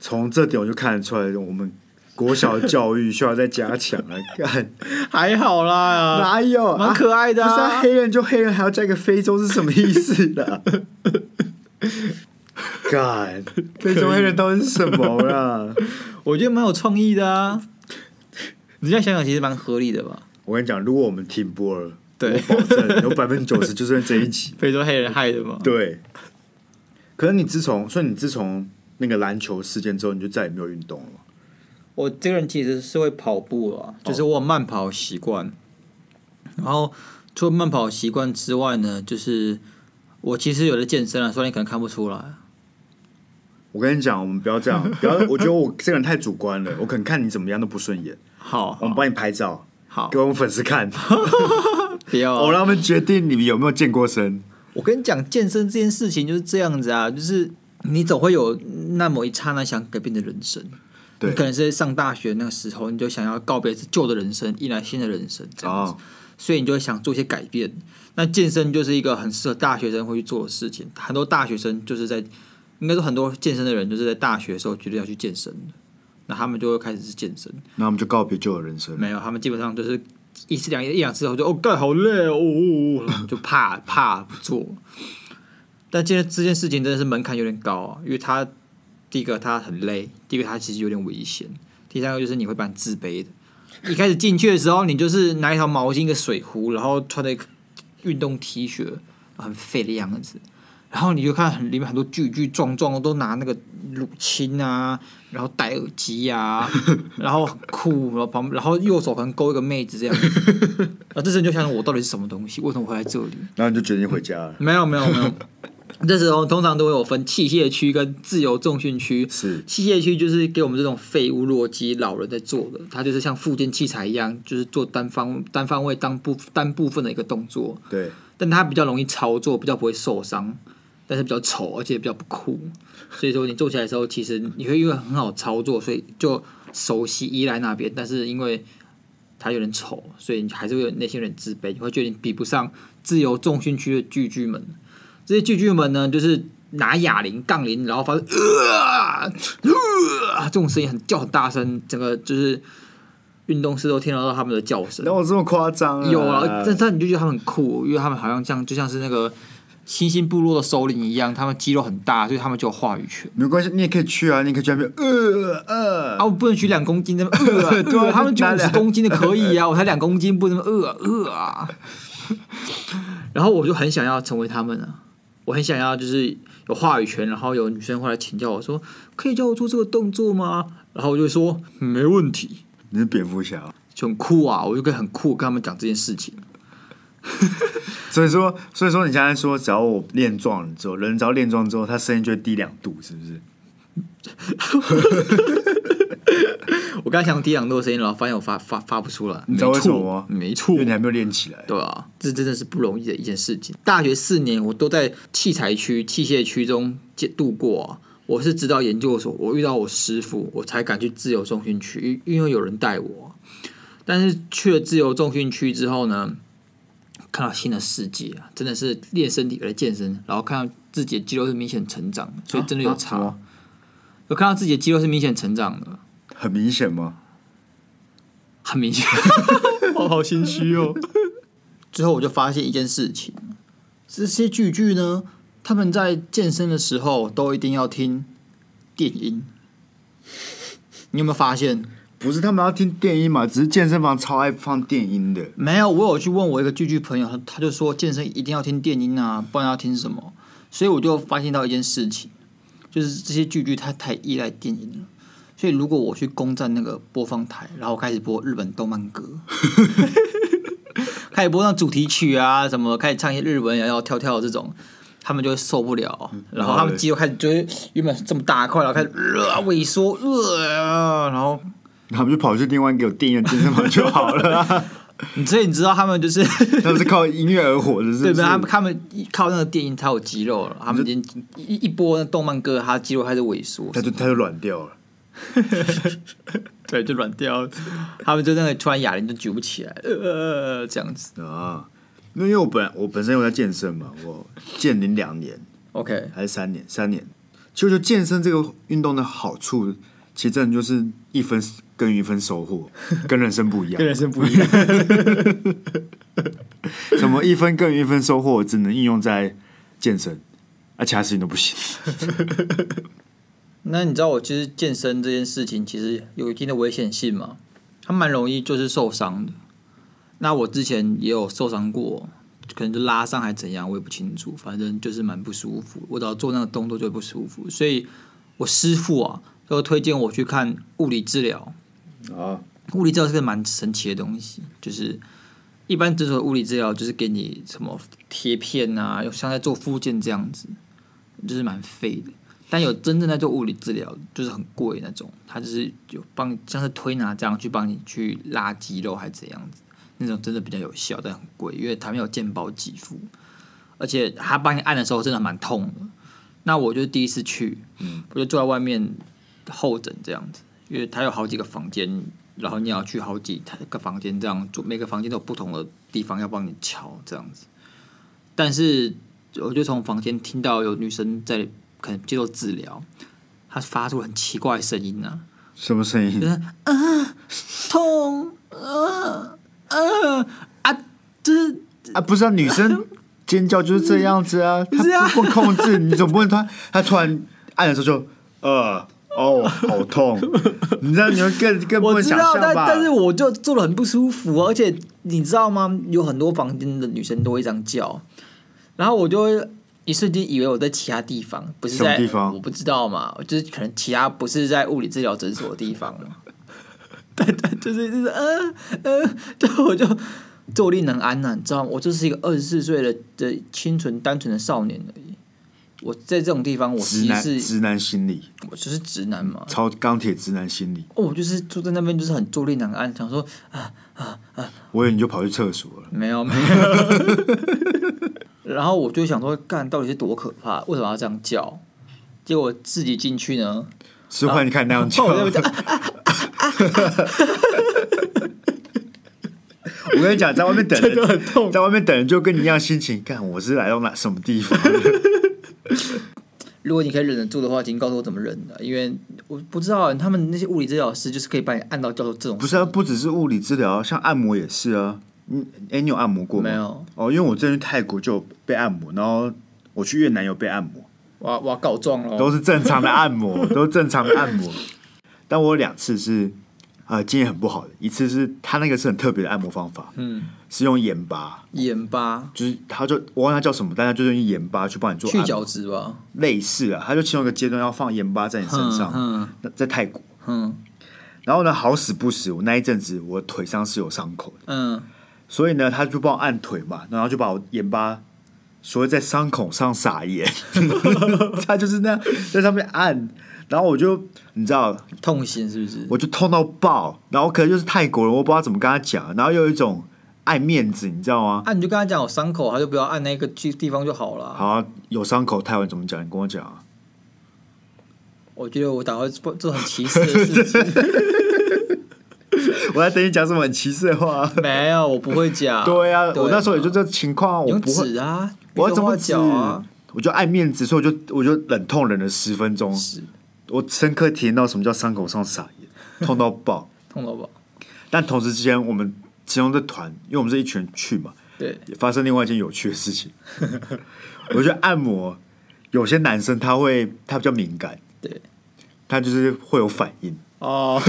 Speaker 1: 从这点我就看得出来，我们国小教育需要再加强了。 干，
Speaker 2: 还好啦，
Speaker 1: 哪有？
Speaker 2: 啊蛮可爱的
Speaker 1: 不是啊
Speaker 2: 啊。
Speaker 1: 黑人就黑人，还要加一个非洲是什么意思啦？干，非洲黑人到底是什么啦？
Speaker 2: 我觉得蛮有创意的啊。你再想想，其实蛮合理的吧？
Speaker 1: 我跟你讲，如果我们停播了，
Speaker 2: 对，
Speaker 1: 保证有百分之九十就是因为这一集。
Speaker 2: 非洲黑人害的嘛。
Speaker 1: 对，可是你自从，所以你自从那个篮球事件之后，你就再也没有运动了嘛。
Speaker 2: 我这个人其实是会跑步啊，就是我有慢跑习惯。然后除了慢跑习惯之外呢，就是我其实有在健身啊，虽然你可能看不出来。
Speaker 1: 我跟你讲，我们不要这 样，不要。我觉得我这个人太主观了，我可能看你怎么样都不顺眼。我
Speaker 2: 好
Speaker 1: 们帮你拍照，
Speaker 2: 好，
Speaker 1: 给我们粉丝看，
Speaker 2: 不要啊、
Speaker 1: 我让他们决定你们有没有健过身。
Speaker 2: 我跟你讲，健身这件事情就是这样子啊，就是你总会有那么一刹那想改变你的人生。
Speaker 1: 对
Speaker 2: 你可能是在上大学那个时候，你就想要告别旧的人生，迎来新的人生这样子，
Speaker 1: 哦
Speaker 2: 所以你就会想做一些改变。那健身就是一个很适合大学生会去做的事情，很多大学生就是在，应该说很多健身的人就是在大学的时候决定要去健身的，那他们就会开始去健身。
Speaker 1: 那我们就告别旧的人生。
Speaker 2: 没有，他们基本上就是一次两一两次后就哦，干好累哦，哦哦哦就怕怕不做。但今天这件事情真的是门槛有点高啊，因为它第一个它很累，第一个它其实有点危险，第三个就是你会蛮自卑的。一开始进去的时候，你就是拿一条毛巾、一个水壶，然后穿着一个运动 T 恤，很废的样子。然后你就看很里面很多巨巨壮壮都拿那个乳清 啊，然后戴耳机啊， 然后很酷，然后旁然后右手可能勾一个妹子这 样子，然后这时候你就想我到底是什么东西，为什么会来这里？
Speaker 1: 然后你就决定回家 了。
Speaker 2: 没有没有没有，这时候通常都会有分器械区跟自由重训区。
Speaker 1: 是，
Speaker 2: 器械区就是给我们这种废物弱鸡老人在做的，它就是像附件器材一样，就是做单方单方位单部单部分的一个动作。
Speaker 1: 对，
Speaker 2: 但它比较容易操作，比较不会受伤，但是比较丑，而且比较不酷。所以说你做起来的时候，其实你会因为很好操作，所以就熟悉依赖那边。但是因为它有点丑，所以你还是会有内心有点自卑，你会觉得你比不上自由重训区的巨巨们。这些巨巨们呢，就是拿哑铃、杠铃，然后发出呃呃这种声音很叫很大声，整个就是运动室都听得到他们的叫声。
Speaker 1: 哪有这么夸张啊？
Speaker 2: 有啊，但但你就觉得他们很酷，因为他们好像像就像是那个新兴部落的首领一样，他们肌肉很大，所以他们就有话语权。
Speaker 1: 没关系，你也可以去啊，你也可以去那边，呃呃，
Speaker 2: 啊，我不能举两公斤的， 呃
Speaker 1: 对啊
Speaker 2: 呃，他们举
Speaker 1: 拿
Speaker 2: 五十
Speaker 1: 两
Speaker 2: 公斤的可以 啊，我才两公斤，不能呃呃啊。 然后我就很想要成为他们啊，我很想要就是有话语权，然后有女生会来请教我说，可以教我做这个动作吗？然后我就会说嗯没问题，
Speaker 1: 你是蝙蝠侠，
Speaker 2: 就很酷啊，我就可以很酷跟他们讲这件事情。
Speaker 1: 所以说，所以说你刚才说，只要我练壮了之后，人只要练壮之后，他声音就会低两度，是不是？
Speaker 2: 我刚才想低两度的声音，然后发现我发发发不出来，
Speaker 1: 你知道为什么吗
Speaker 2: 没错
Speaker 1: 因，为你还没有练起来。
Speaker 2: 对啊，这真的是不容易的一件事情。大学四年我都在器材区、器械区中解度过、啊。我是直到研究所，我遇到我师傅，我才敢去自由重训区，因因为有人带我。但是去了自由重训区之后呢，看到新的世界啊，真的是练身体来健身，然后看到自己的肌肉是明显成长的，所以真的有差。
Speaker 1: 啊啊
Speaker 2: 有看到自己的肌肉是明显成长的，
Speaker 1: 很明显吗？
Speaker 2: 很明显，我 好心虚哦。 之后我就发现一件事情，这些巨巨呢，他们在健身的时候都一定要听电音。你有没有发现？
Speaker 1: 不是，他们要听电音嘛，只是健身房超爱放电音的。
Speaker 2: 没有，我有去问我一个巨巨朋友，他他就说健身一定要听电音啊，不然要听什么？所以我就发现到一件事情，就是这些巨巨他太依赖电音了。所以如果我去攻占那个播放台，然后开始播日本动漫歌， 开始播那主题曲啊，什么开始唱一些日文然后跳跳这种，他们就会受不了，然后他们肌肉开始就是原本这么大块，然后开始呃萎缩，呃，然后
Speaker 1: 他们就跑去另外一个有电音的健身房就好了、 啊。
Speaker 2: 你所以你知道他们就是
Speaker 1: 他们是靠音乐而活的，是不
Speaker 2: 对
Speaker 1: 是？
Speaker 2: 不对？他们他们一靠那个电影才有肌肉了，他们已经一一波那动漫歌，他肌肉开始萎缩，
Speaker 1: 他就他就软掉了。
Speaker 2: 对，就软掉了。他们就那个突然哑铃就举不起来，呃，这样子。
Speaker 1: 啊，那因为我本我本身有在健身嘛，我健龄两年
Speaker 2: OK，
Speaker 1: 还是三年，三年。其实就健身这个运动的好处，其实真的就是一分耕耘一分收获，跟人生不 一样。
Speaker 2: 生不一样。
Speaker 1: 什么一分耕耘一分收获，只能应用在健身，啊，其他事情都不行。
Speaker 2: 那你知道我其实健身这件事情其实有一定的危险性嘛？它蛮容易就是受伤的。那我之前也有受伤过，可能就拉伤还怎样，我也不清楚，反正就是蛮不舒服。我只要做那个动作就会不舒服，所以我师傅啊都推荐我去看物理治疗。
Speaker 1: 啊，
Speaker 2: 物理治疗是个蛮神奇的东西，就是一般诊所的物理治疗就是给你什么贴片啊，有像在做附件这样子，就是蛮废的。但有真正在做物理治疗，就是很贵那种，他就是有帮你像是推拿这样去帮你去拉肌肉还是怎样子，那种真的比较有效，但很贵，因为他没有健保给付，而且他帮你按的时候真的蛮痛的。那我就第一次去，我就坐在外面候诊这样子，因为他有好几个房间，然后你要去好几个房间这样做，每个房间都有不同的地方要帮你敲这样子。但是我就从房间听到有女生在可能接受治疗，她发出很奇怪的声音啊，呃
Speaker 1: 什么声音？
Speaker 2: 痛，呃呃啊，就是
Speaker 1: 啊，不是啊，女生尖叫就是这样子 啊，
Speaker 2: 是啊
Speaker 1: 她不不控制，你总不能突然她突然按的时候就呃哦好痛，你知道你会更更不
Speaker 2: 我
Speaker 1: 能
Speaker 2: 知
Speaker 1: 想
Speaker 2: 道，
Speaker 1: 象
Speaker 2: 但
Speaker 1: 吧？
Speaker 2: 但是我就做的很不舒服，哦而且你知道吗？有很多房间的女生都会这样叫，然后我就会一瞬间以为我在其他地方，不是
Speaker 1: 什么
Speaker 2: 在
Speaker 1: 地方
Speaker 2: 我不知道嘛，就是可能其他不是在物理治疗诊所的地方嘛。 对对，就是就是呃呃， 就我就坐立难安呐、你知道吗？我就是一个二十四岁的的清纯单纯的少年而已。我在这种地方，我
Speaker 1: 直
Speaker 2: 其
Speaker 1: 男
Speaker 2: 实是
Speaker 1: 直男心理，
Speaker 2: 我就是直男嘛，
Speaker 1: 超钢铁直男心理。
Speaker 2: 哦，我就是坐在那边就是很坐立难安，想说啊
Speaker 1: 我以为你就跑去厕所了，
Speaker 2: 没有没有。 然后我就想说，干到底是多可怕？为什么要这样叫？结果自己进去呢，
Speaker 1: 是换你看那样叫。
Speaker 2: 我在那边
Speaker 1: 我跟你讲，在外面等
Speaker 2: 真的很
Speaker 1: 人，
Speaker 2: 痛
Speaker 1: 在外面等人就跟你一样心情，看我是来到哪什么地方？
Speaker 2: 如果你可以忍得住的话，请告诉我怎么忍的，因为我不知道他们那些物理治疗师就是可以把你按到叫做这种
Speaker 1: 不是啊，不只是物理治疗，像按摩也是啊。嗯，哎，你有按摩过吗？
Speaker 2: 没有。
Speaker 1: 哦，因为我之前去泰国就有被按摩，然后我去越南有被按摩，
Speaker 2: 我要我要告状
Speaker 1: 都
Speaker 2: 喽。
Speaker 1: 是正常的按摩，都是正常的按摩。但我有两次是呃经验很不好的，一次是他那个是很特别的按摩方法，
Speaker 2: 嗯，
Speaker 1: 是用盐巴，
Speaker 2: 眼巴
Speaker 1: 就是他就我忘了他叫什么，但他就是用盐巴去帮你做
Speaker 2: 去
Speaker 1: 按
Speaker 2: 角
Speaker 1: 摩，
Speaker 2: 质吧，
Speaker 1: 类似啊，他就其中一个阶段要放盐巴在你身上，
Speaker 2: 嗯
Speaker 1: 那在泰国。
Speaker 2: 嗯
Speaker 1: 然后呢，好死不死，我那一阵子我腿上是有伤口的，
Speaker 2: 嗯，
Speaker 1: 所以呢，他就帮我按腿嘛，然后就把我盐巴，所以在伤口上撒 盐，他就是那样在上面按，然后我就你知道，
Speaker 2: 痛心是不是？
Speaker 1: 我就痛到爆，然后可能就是泰国人，我不知道怎么跟他讲，然后又有一种爱面子，你知道吗？
Speaker 2: 啊，你就跟他讲有伤口，他就不要按那个去地方就好了。
Speaker 1: 好啊，有伤口泰文怎么讲？你跟我讲啊。
Speaker 2: 我觉得我打算做做很歧视的事情。
Speaker 1: 我在等你讲什么很歧视的话啊。
Speaker 2: 没有，我不会讲。
Speaker 1: 对啊，我那时候也就
Speaker 2: 嘛
Speaker 1: 这情况啊，我
Speaker 2: 用
Speaker 1: 不会，
Speaker 2: 纸啊，
Speaker 1: 我要怎么指
Speaker 2: 讲啊？？
Speaker 1: 我就爱面子，所以我就我就忍痛忍了十分钟，
Speaker 2: 是
Speaker 1: 我深刻体验到什么叫伤口上撒盐，痛到 爆。
Speaker 2: 痛到爆。
Speaker 1: 但同时之间，我们其中的团，因为我们是一群人去嘛，
Speaker 2: 对，
Speaker 1: 也发生另外一件有趣的事 情。我觉得按摩有些男生他会他比较敏感，
Speaker 2: 对，
Speaker 1: 他就是会有反应。
Speaker 2: 哦，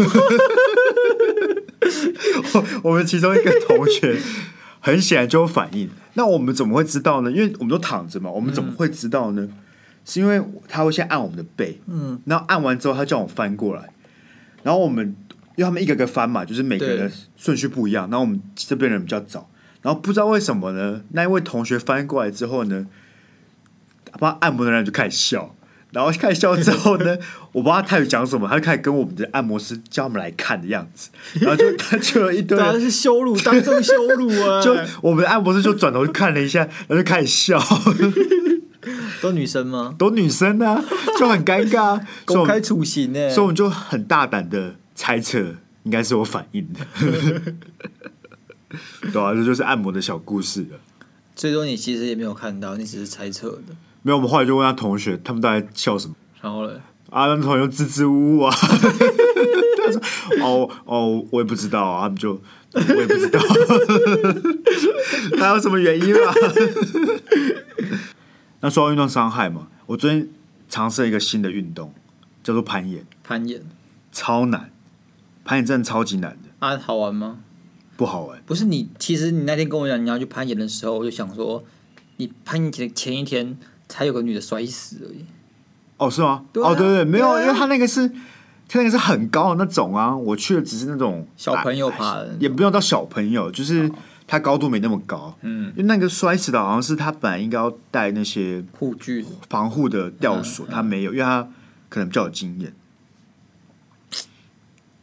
Speaker 1: 我们其中一个同学很显然就有反应，那我们怎么会知道呢？因为我们都躺着嘛，我们怎
Speaker 2: 嗯
Speaker 1: 么会知道呢？是因为他会先按我们的背，
Speaker 2: 嗯，
Speaker 1: 然后按完之后他叫我翻过来，然后我们因为他们一个个翻嘛，就是每个人的
Speaker 2: 对
Speaker 1: 顺序不一样，然后我们这边人比较早，然后不知道为什么呢，那一位同学翻过来之后呢，帮他按摩的人就开始笑。然后开始笑之后呢，我不知道他泰语讲什么，他就开始跟我们的按摩师叫他们来看的样子，然后就他就有一堆
Speaker 2: 对
Speaker 1: 人
Speaker 2: 啊，这是羞辱，当众羞辱 啊！
Speaker 1: 就我们的按摩师就转头看了一下， 然后就开始笑，
Speaker 2: 都女生吗？
Speaker 1: 都女生啊，就很尴 尬，所以我
Speaker 2: 公开
Speaker 1: 们
Speaker 2: 处刑欸呢？
Speaker 1: 所以我们就很大胆的猜测，应该是我反应的， 对啊，这就是按摩的小故事了。
Speaker 2: 最终你其实也没有看到，你只是猜测的。
Speaker 1: 没有，我们后来就问他同学，他们到底在笑什么？
Speaker 2: 然后呢？
Speaker 1: 啊，他们同学就支支吾吾啊， 他说：“哦哦，我也不知道啊。”他们就我也不知道， 还有什么原因啊？ 那说到运动伤害嘛，我最近尝试了一个新的运动，叫做攀岩，
Speaker 2: 攀岩
Speaker 1: 超难，攀岩真的超级难的，
Speaker 2: 啊，好玩吗？
Speaker 1: 不好玩。
Speaker 2: 不是你，其实你那天跟我讲你要去攀岩的时候，我就想说，你攀岩前前一天才有个女的摔死而已。
Speaker 1: 哦，是吗？
Speaker 2: 对啊
Speaker 1: 哦，对对，没有，
Speaker 2: 对啊
Speaker 1: 因为他那个是，他那个是很高的那种啊，我去的只是那种哎
Speaker 2: 小朋友爬的那种哦
Speaker 1: 也不用到小朋友，就是他高度没那么高，
Speaker 2: 嗯，
Speaker 1: 因为那个摔死的好像是他本来应该要带那些
Speaker 2: 护具
Speaker 1: 防护的吊索，
Speaker 2: 嗯
Speaker 1: 他没有，因为他可能比较有经验，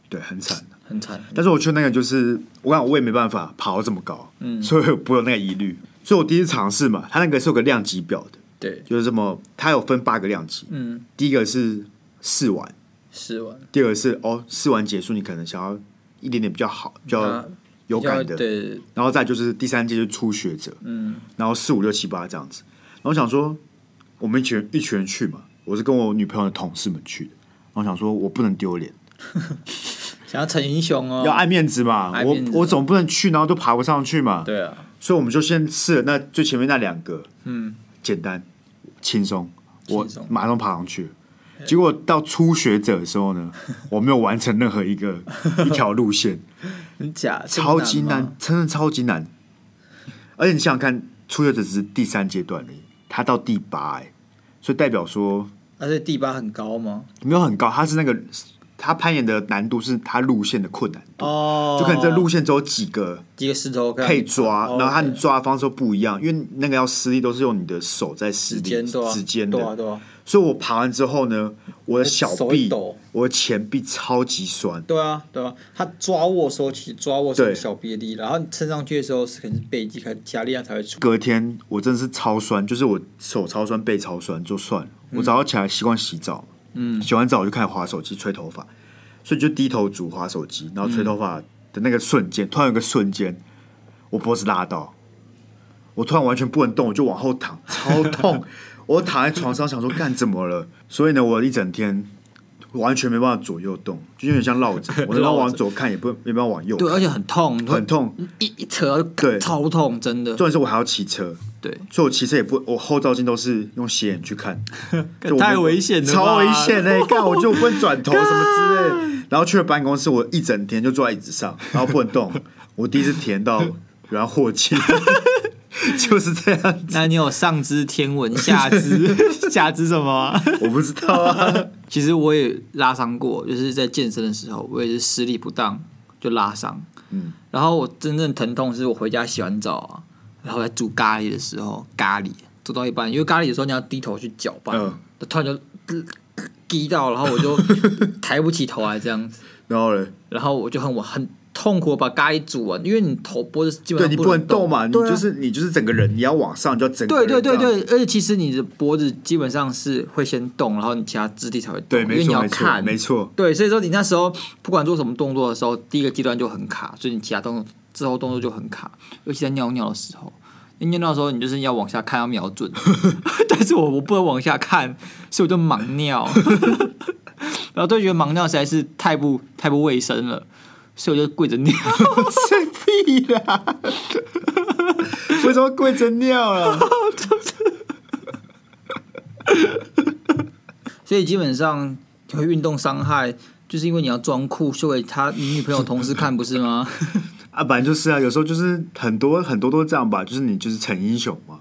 Speaker 1: 对，很惨。
Speaker 2: 很惨。
Speaker 1: 但是我去那个就是，我感我也没办法爬到这么高，
Speaker 2: 嗯
Speaker 1: 所以我不会有那个疑虑，所以我第一次尝试嘛，他那个是有个量级表的，
Speaker 2: 对，
Speaker 1: 就是这么，它有分八个量级，
Speaker 2: 嗯，
Speaker 1: 第一个是试玩，
Speaker 2: 试完
Speaker 1: 第二个是哦试完结束，你可能想要一点点比较好、比较
Speaker 2: 啊
Speaker 1: 有感的，
Speaker 2: 对，
Speaker 1: 然后再就是第三届就是初学者，
Speaker 2: 嗯，
Speaker 1: 然后四五六七八这样子。然后我想说，我们一群人一群人去嘛，我是跟我女朋友的同事们去的。然后我想说，我不能丢脸，
Speaker 2: 想要逞英雄哦，
Speaker 1: 要爱面子嘛，
Speaker 2: 爱面子
Speaker 1: 我我总不能去，然后都爬不上去嘛。
Speaker 2: 对啊，
Speaker 1: 所以我们就先试了那最前面那两个，
Speaker 2: 嗯，
Speaker 1: 简单轻松，我
Speaker 2: 轻松
Speaker 1: 马上爬上去了。结果到初学者的时候 呢，我没有完成任何一个一条路线，
Speaker 2: 很假，
Speaker 1: 超级
Speaker 2: 这么
Speaker 1: 难
Speaker 2: 吗，，
Speaker 1: 真的超级难。而且你想想看，初学者只是第三阶段而已，他到第八哎、所以代表说
Speaker 2: 而且第八很高吗？
Speaker 1: 没有很高，他是那个他攀岩的难度是他路线的困难，
Speaker 2: 哦，
Speaker 1: 就可能这路线只有几个
Speaker 2: 几个石头
Speaker 1: 可以抓，
Speaker 2: 哦
Speaker 1: 然后他
Speaker 2: OK
Speaker 1: 你抓的方式都不一样，因为那个要施力都是用你的手在施力
Speaker 2: 指尖对啊，
Speaker 1: 指尖
Speaker 2: 对啊
Speaker 1: 的，
Speaker 2: 对啊
Speaker 1: 所以我爬完之后呢，我的小
Speaker 2: 手一
Speaker 1: 臂
Speaker 2: 抖、
Speaker 1: 我的前臂超级酸，
Speaker 2: 对啊对啊，他抓握收起，抓握收
Speaker 1: 对
Speaker 2: 小臂的力，然后你撑上去的时候是可能是背肌开始加力量才会出。
Speaker 1: 隔天我真的是超酸，就是我手超酸、背超酸，就算了。我早上起来习惯洗澡，嗯，洗完澡我就开始划手机、吹头发，所以就低头族划手机，然后吹头发的那个瞬间，突然有个瞬间，我脖子拉到，我突然完全不能动，我就往后躺，超痛。我躺在床上想说干怎么了？所以呢，我一整天完全没办法左右动，就有点像落枕，我没办法往左看，也不没办法往右
Speaker 2: 对，而
Speaker 1: 看，
Speaker 2: 且很痛，你会
Speaker 1: 很痛。
Speaker 2: 一一扯就
Speaker 1: 对
Speaker 2: 超痛，真的。
Speaker 1: 重点是我还要骑车，
Speaker 2: 对，
Speaker 1: 所以我骑车也不，我后照镜都是用斜眼去 看，就我没有
Speaker 2: 太危险了吧，
Speaker 1: 超危险 嘞、欸！干，我就不能转头什么之类的。然后去了办公室，我一整天就坐在椅子上，然后不能 动。我第一次体验到然后霍气，就是这样。
Speaker 2: 那你有上知天文，下 知下知什么啊？
Speaker 1: 我不知道啊，
Speaker 2: 其实我也拉伤过，就是在健身的时候，我也是施力不当就拉伤。
Speaker 1: 嗯，
Speaker 2: 然后我真正疼痛是我回家洗完澡啊，然后在煮咖喱的时候，咖喱做到一半，因为咖喱的时候你要低头去搅拌，
Speaker 1: 嗯
Speaker 2: 突然就滴到，然后我就抬不起头来这 样子，
Speaker 1: 然后呢？
Speaker 2: 然后我就很我很痛苦地把咖喱煮完，因为你头脖子基本
Speaker 1: 对
Speaker 2: 上
Speaker 1: 你不
Speaker 2: 不
Speaker 1: 能动嘛，你
Speaker 2: 对啊
Speaker 1: 就是你就是整个人，你要往上就要整个
Speaker 2: 对
Speaker 1: 人
Speaker 2: 对对
Speaker 1: 这样
Speaker 2: 对，而且其实你的脖子基本上是会先动，然后你其他肢体才会动，
Speaker 1: 对，
Speaker 2: 因
Speaker 1: 没
Speaker 2: 为你
Speaker 1: 错
Speaker 2: 要
Speaker 1: 没错
Speaker 2: 看，
Speaker 1: 没 错，
Speaker 2: 对，所以说你那时候不管做什么动作的时候，第一个阶段就很卡，所以你其他动作之后动作就很卡，尤其在尿尿的时候，你尿尿的时候你就是要往下看，要瞄 准，但是我我不能往下看，所以我就盲尿， 然后就觉得盲尿实在是太不太不卫生了，所以我就跪着尿。
Speaker 1: 生屁啦！ 为什么跪着尿啊了？
Speaker 2: 所以基本上会运动伤害，就是因为你要装酷秀给他你女朋友同事看，不是 吗？
Speaker 1: 啊，本来就是啊，有时候就是很多很多都这样吧，就是你就是逞英雄嘛，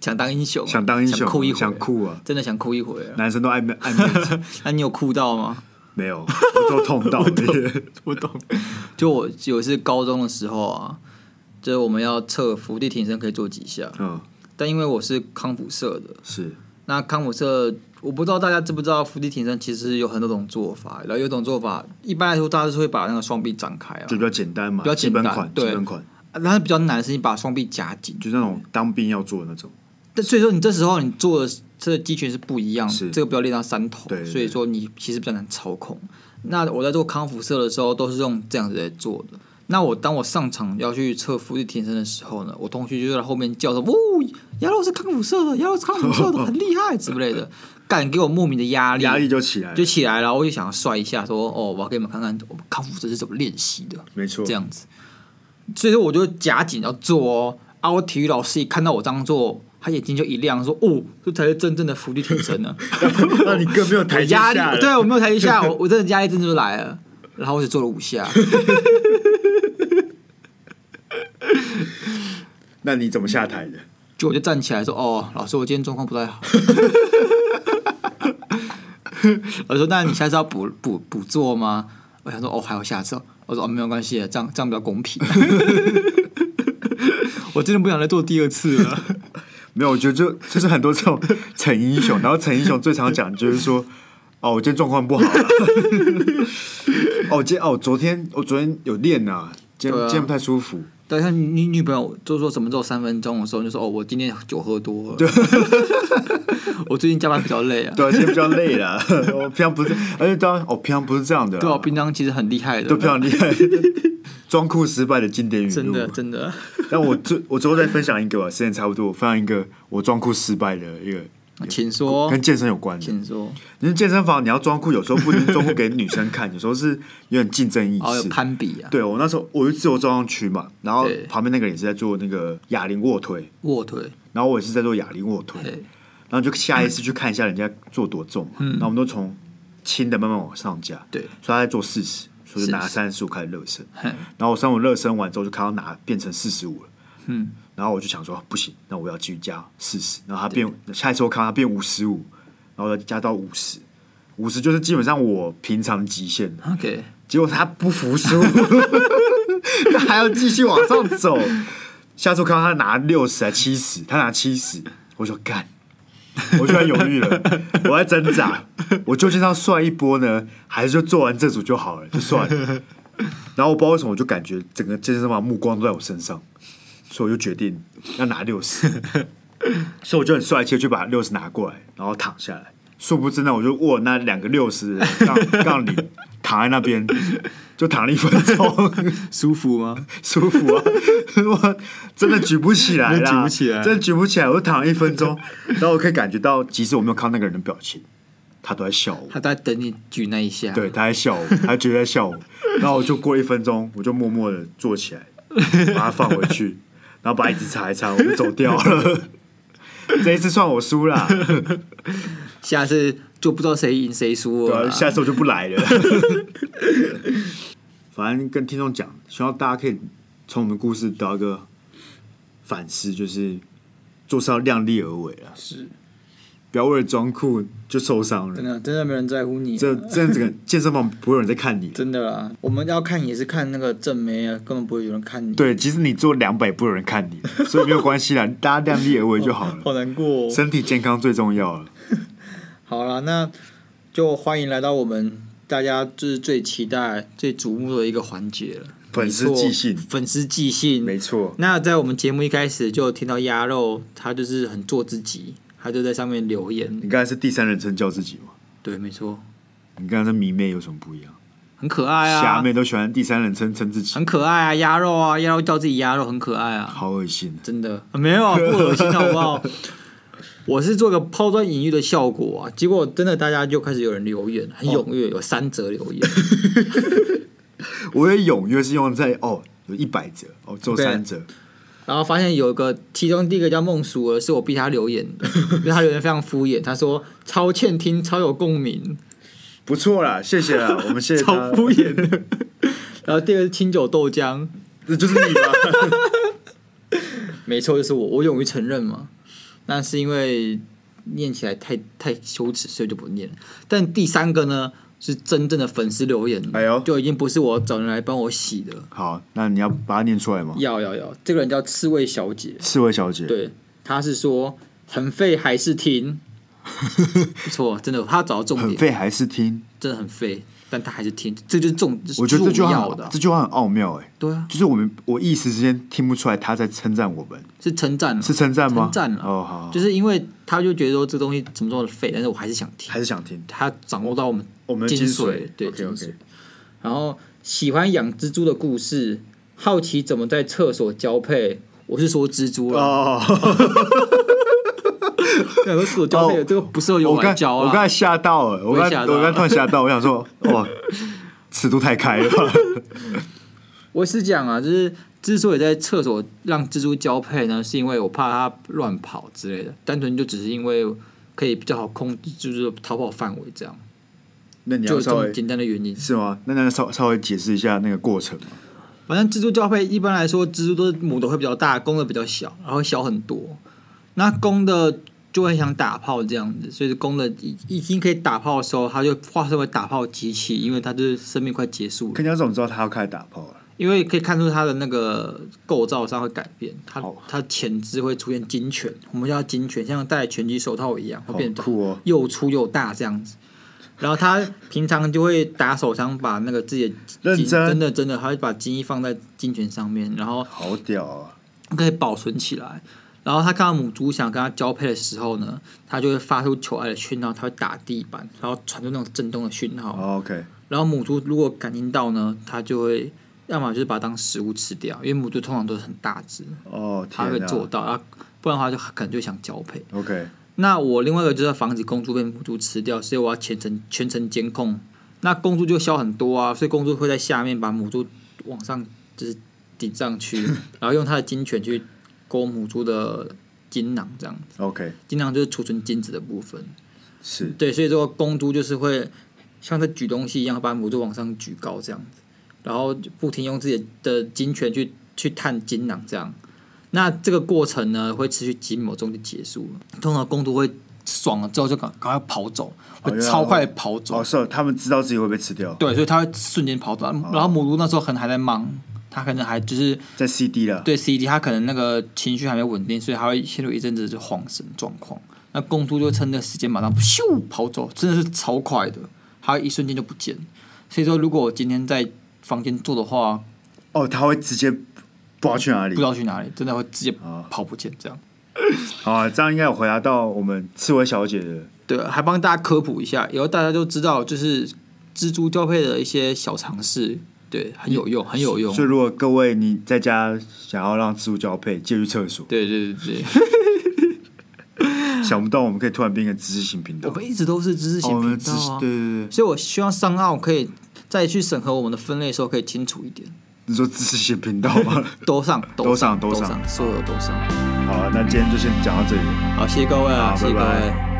Speaker 2: 想当英雄啊，
Speaker 1: 想当英雄
Speaker 2: 哦想酷一
Speaker 1: 啊，
Speaker 2: 回，
Speaker 1: 想酷啊，
Speaker 2: 真的想酷一回啊！
Speaker 1: 男生都爱面爱面子，
Speaker 2: 那你有酷到吗？
Speaker 1: 没有，我都痛到了，
Speaker 2: 我懂。就我有一次高中的时候啊，就是我们要测伏地挺身可以做几下，
Speaker 1: 嗯，
Speaker 2: 但因为我是康复社的，
Speaker 1: 是
Speaker 2: 那康复社我不知道大家知不知道伏地挺身其实有很多种做法，然后有一种做法一般来说大家是会把那个双臂展开啊
Speaker 1: 就，比较简单嘛，
Speaker 2: 比较
Speaker 1: 基
Speaker 2: 简单
Speaker 1: 本款，基
Speaker 2: 对
Speaker 1: 本款，
Speaker 2: 啊然后比较难的是你把双臂夹紧，
Speaker 1: 就那种当兵要做的那种，
Speaker 2: 但所以说你这时候你做的这个肌群是不一样的，
Speaker 1: 是
Speaker 2: 这个不要练到三头，
Speaker 1: 对对对
Speaker 2: 所以说你其实比较难操控。那我在做康复社的时候都是用这样子来做的。那我当我上场要去测腹地挺身的时候呢，我同学就在后面叫着：“呜、杨老师康复社的，杨老师康复社的，很厉害之类的。”干给我莫名的压力，
Speaker 1: 压力就起来了
Speaker 2: 就，起来了。我就想要帅一下，说：“哦，我要给你们看看我康复社是怎么练习的。”
Speaker 1: 没错
Speaker 2: 这，样子。所以说我就夹紧要做哦。啊，我体育老师一看到我这样做，他眼睛就一亮，说：“哦，这才是真正的伏地 挺身呢、
Speaker 1: 那你更没有
Speaker 2: 我
Speaker 1: 台阶下
Speaker 2: 压力，
Speaker 1: 了，
Speaker 2: 对我啊没有台阶下，我我真的压力真的就来了。然后我只做了五下，
Speaker 1: 那你怎么下台的？
Speaker 2: 就我就站起来说：“哦，老师，我今天状况不太好。” 我说：“那你下次要补补补做吗？”我想说：“哦，还有下次哦。”我说：“哦，没有关系，这样这样比较公平。” 我真的不想再做第二次了。
Speaker 1: 没有，我觉得就就是很多这种逞英雄，然后逞英雄最常讲就是说， 哦，我今天状况不好、 啊，哦，我今天哦，我昨天我昨天有练啊，今天、
Speaker 2: 对啊
Speaker 1: 今天不太舒服，
Speaker 2: 对，像你你女朋友就说什么之后三分钟的时候，你就说哦，我今天酒喝多了， 我最近加班比较累啊。
Speaker 1: 对啊，今天比较累 了，我平常不是，而且当然哦我平常不是这样的啦，
Speaker 2: 对啊，我平常其实很厉害的，
Speaker 1: 都非常厉害，装酷失败的经典语录。
Speaker 2: 真的真的。
Speaker 1: 但我最我最后再分享一个吧，时间差不多，我分享一个我装酷失败的一个
Speaker 2: 请说，哦
Speaker 1: 跟健身有关的。
Speaker 2: 请说。哦
Speaker 1: 因为健身房你要装酷，有时候不能装酷给女生看，有时候是有点竞争意
Speaker 2: 哦，有
Speaker 1: 识。
Speaker 2: 攀比啊，
Speaker 1: 对我那时候我就自由重量区嘛，然后
Speaker 2: 对
Speaker 1: 旁边那个人也是在做那个哑铃卧推，
Speaker 2: 卧推，哎
Speaker 1: 然后我也是在做哑铃卧推，
Speaker 2: 对，嗯
Speaker 1: 然后就下意识去看一下人家做多重嘛，然后我们都从轻的慢慢往上加，
Speaker 2: 对
Speaker 1: 所以他在做四十，所以
Speaker 2: 是
Speaker 1: 就拿三十五开始热身，
Speaker 2: 嘿
Speaker 1: 然后我上午热身完之后，就看到拿变成四十五了，
Speaker 2: 嗯，
Speaker 1: 然后我就想说啊不行，那我要继续加四十，然后它变下一次我看它变五十五，然后再加到五十，五十就是基本上我平常极限了。
Speaker 2: ，OK，
Speaker 1: 结果他不服输， 他还要继续往上走。下次我看到他拿六十还七十，他拿七十，我说干，我居然犹豫了，我在挣扎，我究竟要算一波呢，还是就做完这组就好了，就算了。然后我不知道为什么，我就感觉整个健身房目光都在我身上，所以我就决定要拿六十，所以我就很帅气地去把六十拿过来，然后躺下来。殊不知呢，我就握那两个六十杠杠铃，躺在那边就躺了一分钟，
Speaker 2: 舒服吗？
Speaker 1: 舒服啊！我真的举不起来啦，
Speaker 2: 真的举不起来
Speaker 1: 真的举不起来。我就躺了一分钟，然后我可以感觉到，即使我没有看那个人的表情，他都在笑我。
Speaker 2: 他在等你举那一下，
Speaker 1: 对，，他在笑我，他觉得在笑我。然后我就过一分钟，我就默默的坐起来，把它放回去，然后把椅子擦一擦，我就走掉了。 这一次算我输啦，
Speaker 2: 下次就不知道谁赢谁输
Speaker 1: 对
Speaker 2: 了
Speaker 1: 啊，
Speaker 2: 啦。
Speaker 1: 下次我就不来了。 反正跟听众讲，希望大家可以从我们的故事得到一个反思，就是做事要量力而为啊，
Speaker 2: 是
Speaker 1: 不要为了装酷就受伤
Speaker 2: 真
Speaker 1: 了。
Speaker 2: 的，真的没人在乎你啊，
Speaker 1: 这这样子，整个健身房不会有人在看你。
Speaker 2: 真的啦。我们要看也是看那个正妹啊，根本不会有人看你。，
Speaker 1: 对，即使你做两百，不会有人看你，所以没有关 系啦，大家量力而为就好了。
Speaker 2: 好难过、哦。
Speaker 1: 身体健康最重要了。
Speaker 2: 好啦，那就欢迎来到我们大家就是最期待、最瞩目的一个环节了——
Speaker 1: 粉丝
Speaker 2: 没错
Speaker 1: 寄信
Speaker 2: 粉丝寄信，
Speaker 1: 错，
Speaker 2: 那在我们节目一开始就听到鸭肉，他就是很做自己，他就在上面留言。
Speaker 1: 你刚才是第三人称叫自己吗？
Speaker 2: 对，没错，
Speaker 1: 你刚才迷妹有什么不一样？
Speaker 2: 很可爱
Speaker 1: 侠
Speaker 2: 啊，
Speaker 1: 妹都喜欢第三人称称自己，
Speaker 2: 很可爱啊，鸭肉啊，鸭肉叫自己鸭肉很可爱啊，
Speaker 1: 好恶心。
Speaker 2: 真的、啊没 有啊，不恶心好不好？我是做个抛砖引玉的效果啊，结果真的大家就开始有人留言，很踊跃，有三则留言，
Speaker 1: 我也踊跃是用在哦，有一百折哦，做三折，
Speaker 2: 然后发现有一个，其中第一个叫孟淑儿，是我逼他留言 的，因为他留言非常敷衍，他说超欠听，超有共 鸣，
Speaker 1: 不错啦，谢谢 啦，我们谢谢
Speaker 2: 超
Speaker 1: 他，
Speaker 2: 敷衍的。 然后第二个是清酒豆浆，
Speaker 1: 这就是你啊吧？
Speaker 2: 没错，就是我，我勇于承认嘛。那是因为念起来太太羞耻，所以就不念了。但第三个呢，是真正的粉丝留言，
Speaker 1: 哎呦
Speaker 2: 就已经不是我找人来帮我洗的。
Speaker 1: 好，那你要把它念出来吗？
Speaker 2: 要要要，这个人叫刺猬小姐，
Speaker 1: 刺猬小姐，
Speaker 2: 对，他是说很废还是听， 不错，真的，他找到重
Speaker 1: 很
Speaker 2: 点，
Speaker 1: 废还是听？
Speaker 2: 真的很废，但他还是听，这就是重，这是
Speaker 1: 我觉得这句
Speaker 2: 重
Speaker 1: 话
Speaker 2: 要
Speaker 1: 很
Speaker 2: 的啊
Speaker 1: 这，句话很奥妙哎，
Speaker 2: 对啊，
Speaker 1: 就是我们我一时之间听不出来他在称赞我们，
Speaker 2: 是称赞啊，
Speaker 1: 是称赞吗？
Speaker 2: 称赞啊
Speaker 1: 哦，好，
Speaker 2: 就是因为他就觉得说这东西怎么这么废，但是我还是想听，
Speaker 1: 还是想听
Speaker 2: 他掌握到我们
Speaker 1: 我们的精
Speaker 2: 精髓
Speaker 1: 髓，
Speaker 2: 对
Speaker 1: OK，OK
Speaker 2: 精髓。然后喜欢养蜘蛛的故事，好奇怎么在厕所交配。我是说蜘蛛啊，
Speaker 1: 哦。
Speaker 2: 对啊，厕所交配
Speaker 1: 哦
Speaker 2: 这个不适合用
Speaker 1: 我
Speaker 2: 来
Speaker 1: 刚
Speaker 2: 教啊。
Speaker 1: 我刚才吓到了，我
Speaker 2: 我也
Speaker 1: 刚
Speaker 2: 吓到了
Speaker 1: 我刚突然吓到，我想 说，哇，尺度太开了吧。
Speaker 2: 我是讲啊，就是之所以在厕所让蜘蛛交配呢，是因为我怕它乱跑之类的，单纯就只是因为可以比较好控制，就是逃跑范围这样，
Speaker 1: 那你要
Speaker 2: 就有这
Speaker 1: 稍
Speaker 2: 么
Speaker 1: 微
Speaker 2: 简单的原因。
Speaker 1: 是吗？那那稍稍微解释一下那个过程嘛。
Speaker 2: 反正蜘蛛交配一般来说，蜘蛛都是母的会比较大，公的比较小，然后小很多。那公的就会想打炮这样子，所以公的已已经可以打炮的时候，它就化身为打炮机器，因为它就是生命快结束了。
Speaker 1: 可你要怎么知道他要开始打炮了？
Speaker 2: 因为可以看出它的那个构造上会改变，它
Speaker 1: 好
Speaker 2: 它前肢会出现金拳，我们叫它金拳，像戴拳击手套一样，会
Speaker 1: 好
Speaker 2: 变得
Speaker 1: 酷哦！
Speaker 2: 又粗又大这样子。然后它平常就会打手枪，把那个自己的
Speaker 1: 认
Speaker 2: 精
Speaker 1: 真
Speaker 2: 真的真的，它会把精液放在金拳上面，然后
Speaker 1: 好屌啊！
Speaker 2: 可以保存起来。然后它看到母猪想跟它交配的时候呢，它就会发出求爱的讯号，它会打地板，然后传出那种震动的讯号。
Speaker 1: 哦 OK，
Speaker 2: 然后母猪如果感应到呢，它就会要么就是把它当食物吃掉，因为母猪通常都是很大只，
Speaker 1: 哦
Speaker 2: 它会
Speaker 1: 天
Speaker 2: 做
Speaker 1: 啊
Speaker 2: 到，啊，不然的话就可能就想交配。
Speaker 1: ，OK，
Speaker 2: 那我另外一个就是要防止公猪被母猪吃掉，所以我要全程全程监控。那公猪就消很多啊，所以公猪会在下面把母猪往上就是顶上去，然后用它的金犬去勾母猪的精囊，这样
Speaker 1: OK，
Speaker 2: 精囊就是储存精子的部分。
Speaker 1: 是
Speaker 2: 对，所以说公猪就是会像在举东西一样，把母猪往上举高这样子，然后就不停用自己的金拳去去探金囊这样，那这个过程呢，会持续几秒钟就结束了。通常公主会爽了之后就赶赶快跑走，会
Speaker 1: 原来
Speaker 2: 超快
Speaker 1: 会
Speaker 2: 跑走
Speaker 1: 哦，。是哦他们知道自己会被吃掉，
Speaker 2: 对，所以他会瞬间跑走。然后母猪那时候可能还在忙，他可能还就是
Speaker 1: 在 CD 了，
Speaker 2: 对 CD，他可能那个情绪还没稳定，所以他会陷入一阵子就恍神状况。那公猪就趁这时间马上咻跑走，真的是超快的，它一瞬间就不见。所以说，如果我今天在房间做的话，
Speaker 1: 哦，他会直接不知道去哪
Speaker 2: 不
Speaker 1: 里
Speaker 2: 知。道去哪里，真的会直接
Speaker 1: 哦
Speaker 2: 跑不见这样。
Speaker 1: 好啊，这样应该有回答到我们刺猬小姐的。
Speaker 2: 对，还帮大家科普一下，以后大家就知道就是蜘蛛交配的一些小常识，对，很有用，很有用。
Speaker 1: 所以如果各位你在家想要让蜘蛛交配，借去厕所。
Speaker 2: 对对对对，
Speaker 1: 想不到我们可以突然变一个知识型频道
Speaker 2: 我。们一直都是知识
Speaker 1: 哦
Speaker 2: 型
Speaker 1: 我
Speaker 2: 频
Speaker 1: 们知
Speaker 2: 道
Speaker 1: 识
Speaker 2: 啊，
Speaker 1: 对对对，
Speaker 2: 所以我希望上岸可以再去审核我们的分类的时候可以清楚一点，
Speaker 1: 你说知识型频道 吗？
Speaker 2: 都上
Speaker 1: 都上
Speaker 2: 都
Speaker 1: 都上
Speaker 2: 上，所有都上。
Speaker 1: 好，那今天就先讲到这里。
Speaker 2: 好，谢谢各位啊，
Speaker 1: 好
Speaker 2: 谢谢各
Speaker 1: 拜拜
Speaker 2: 位。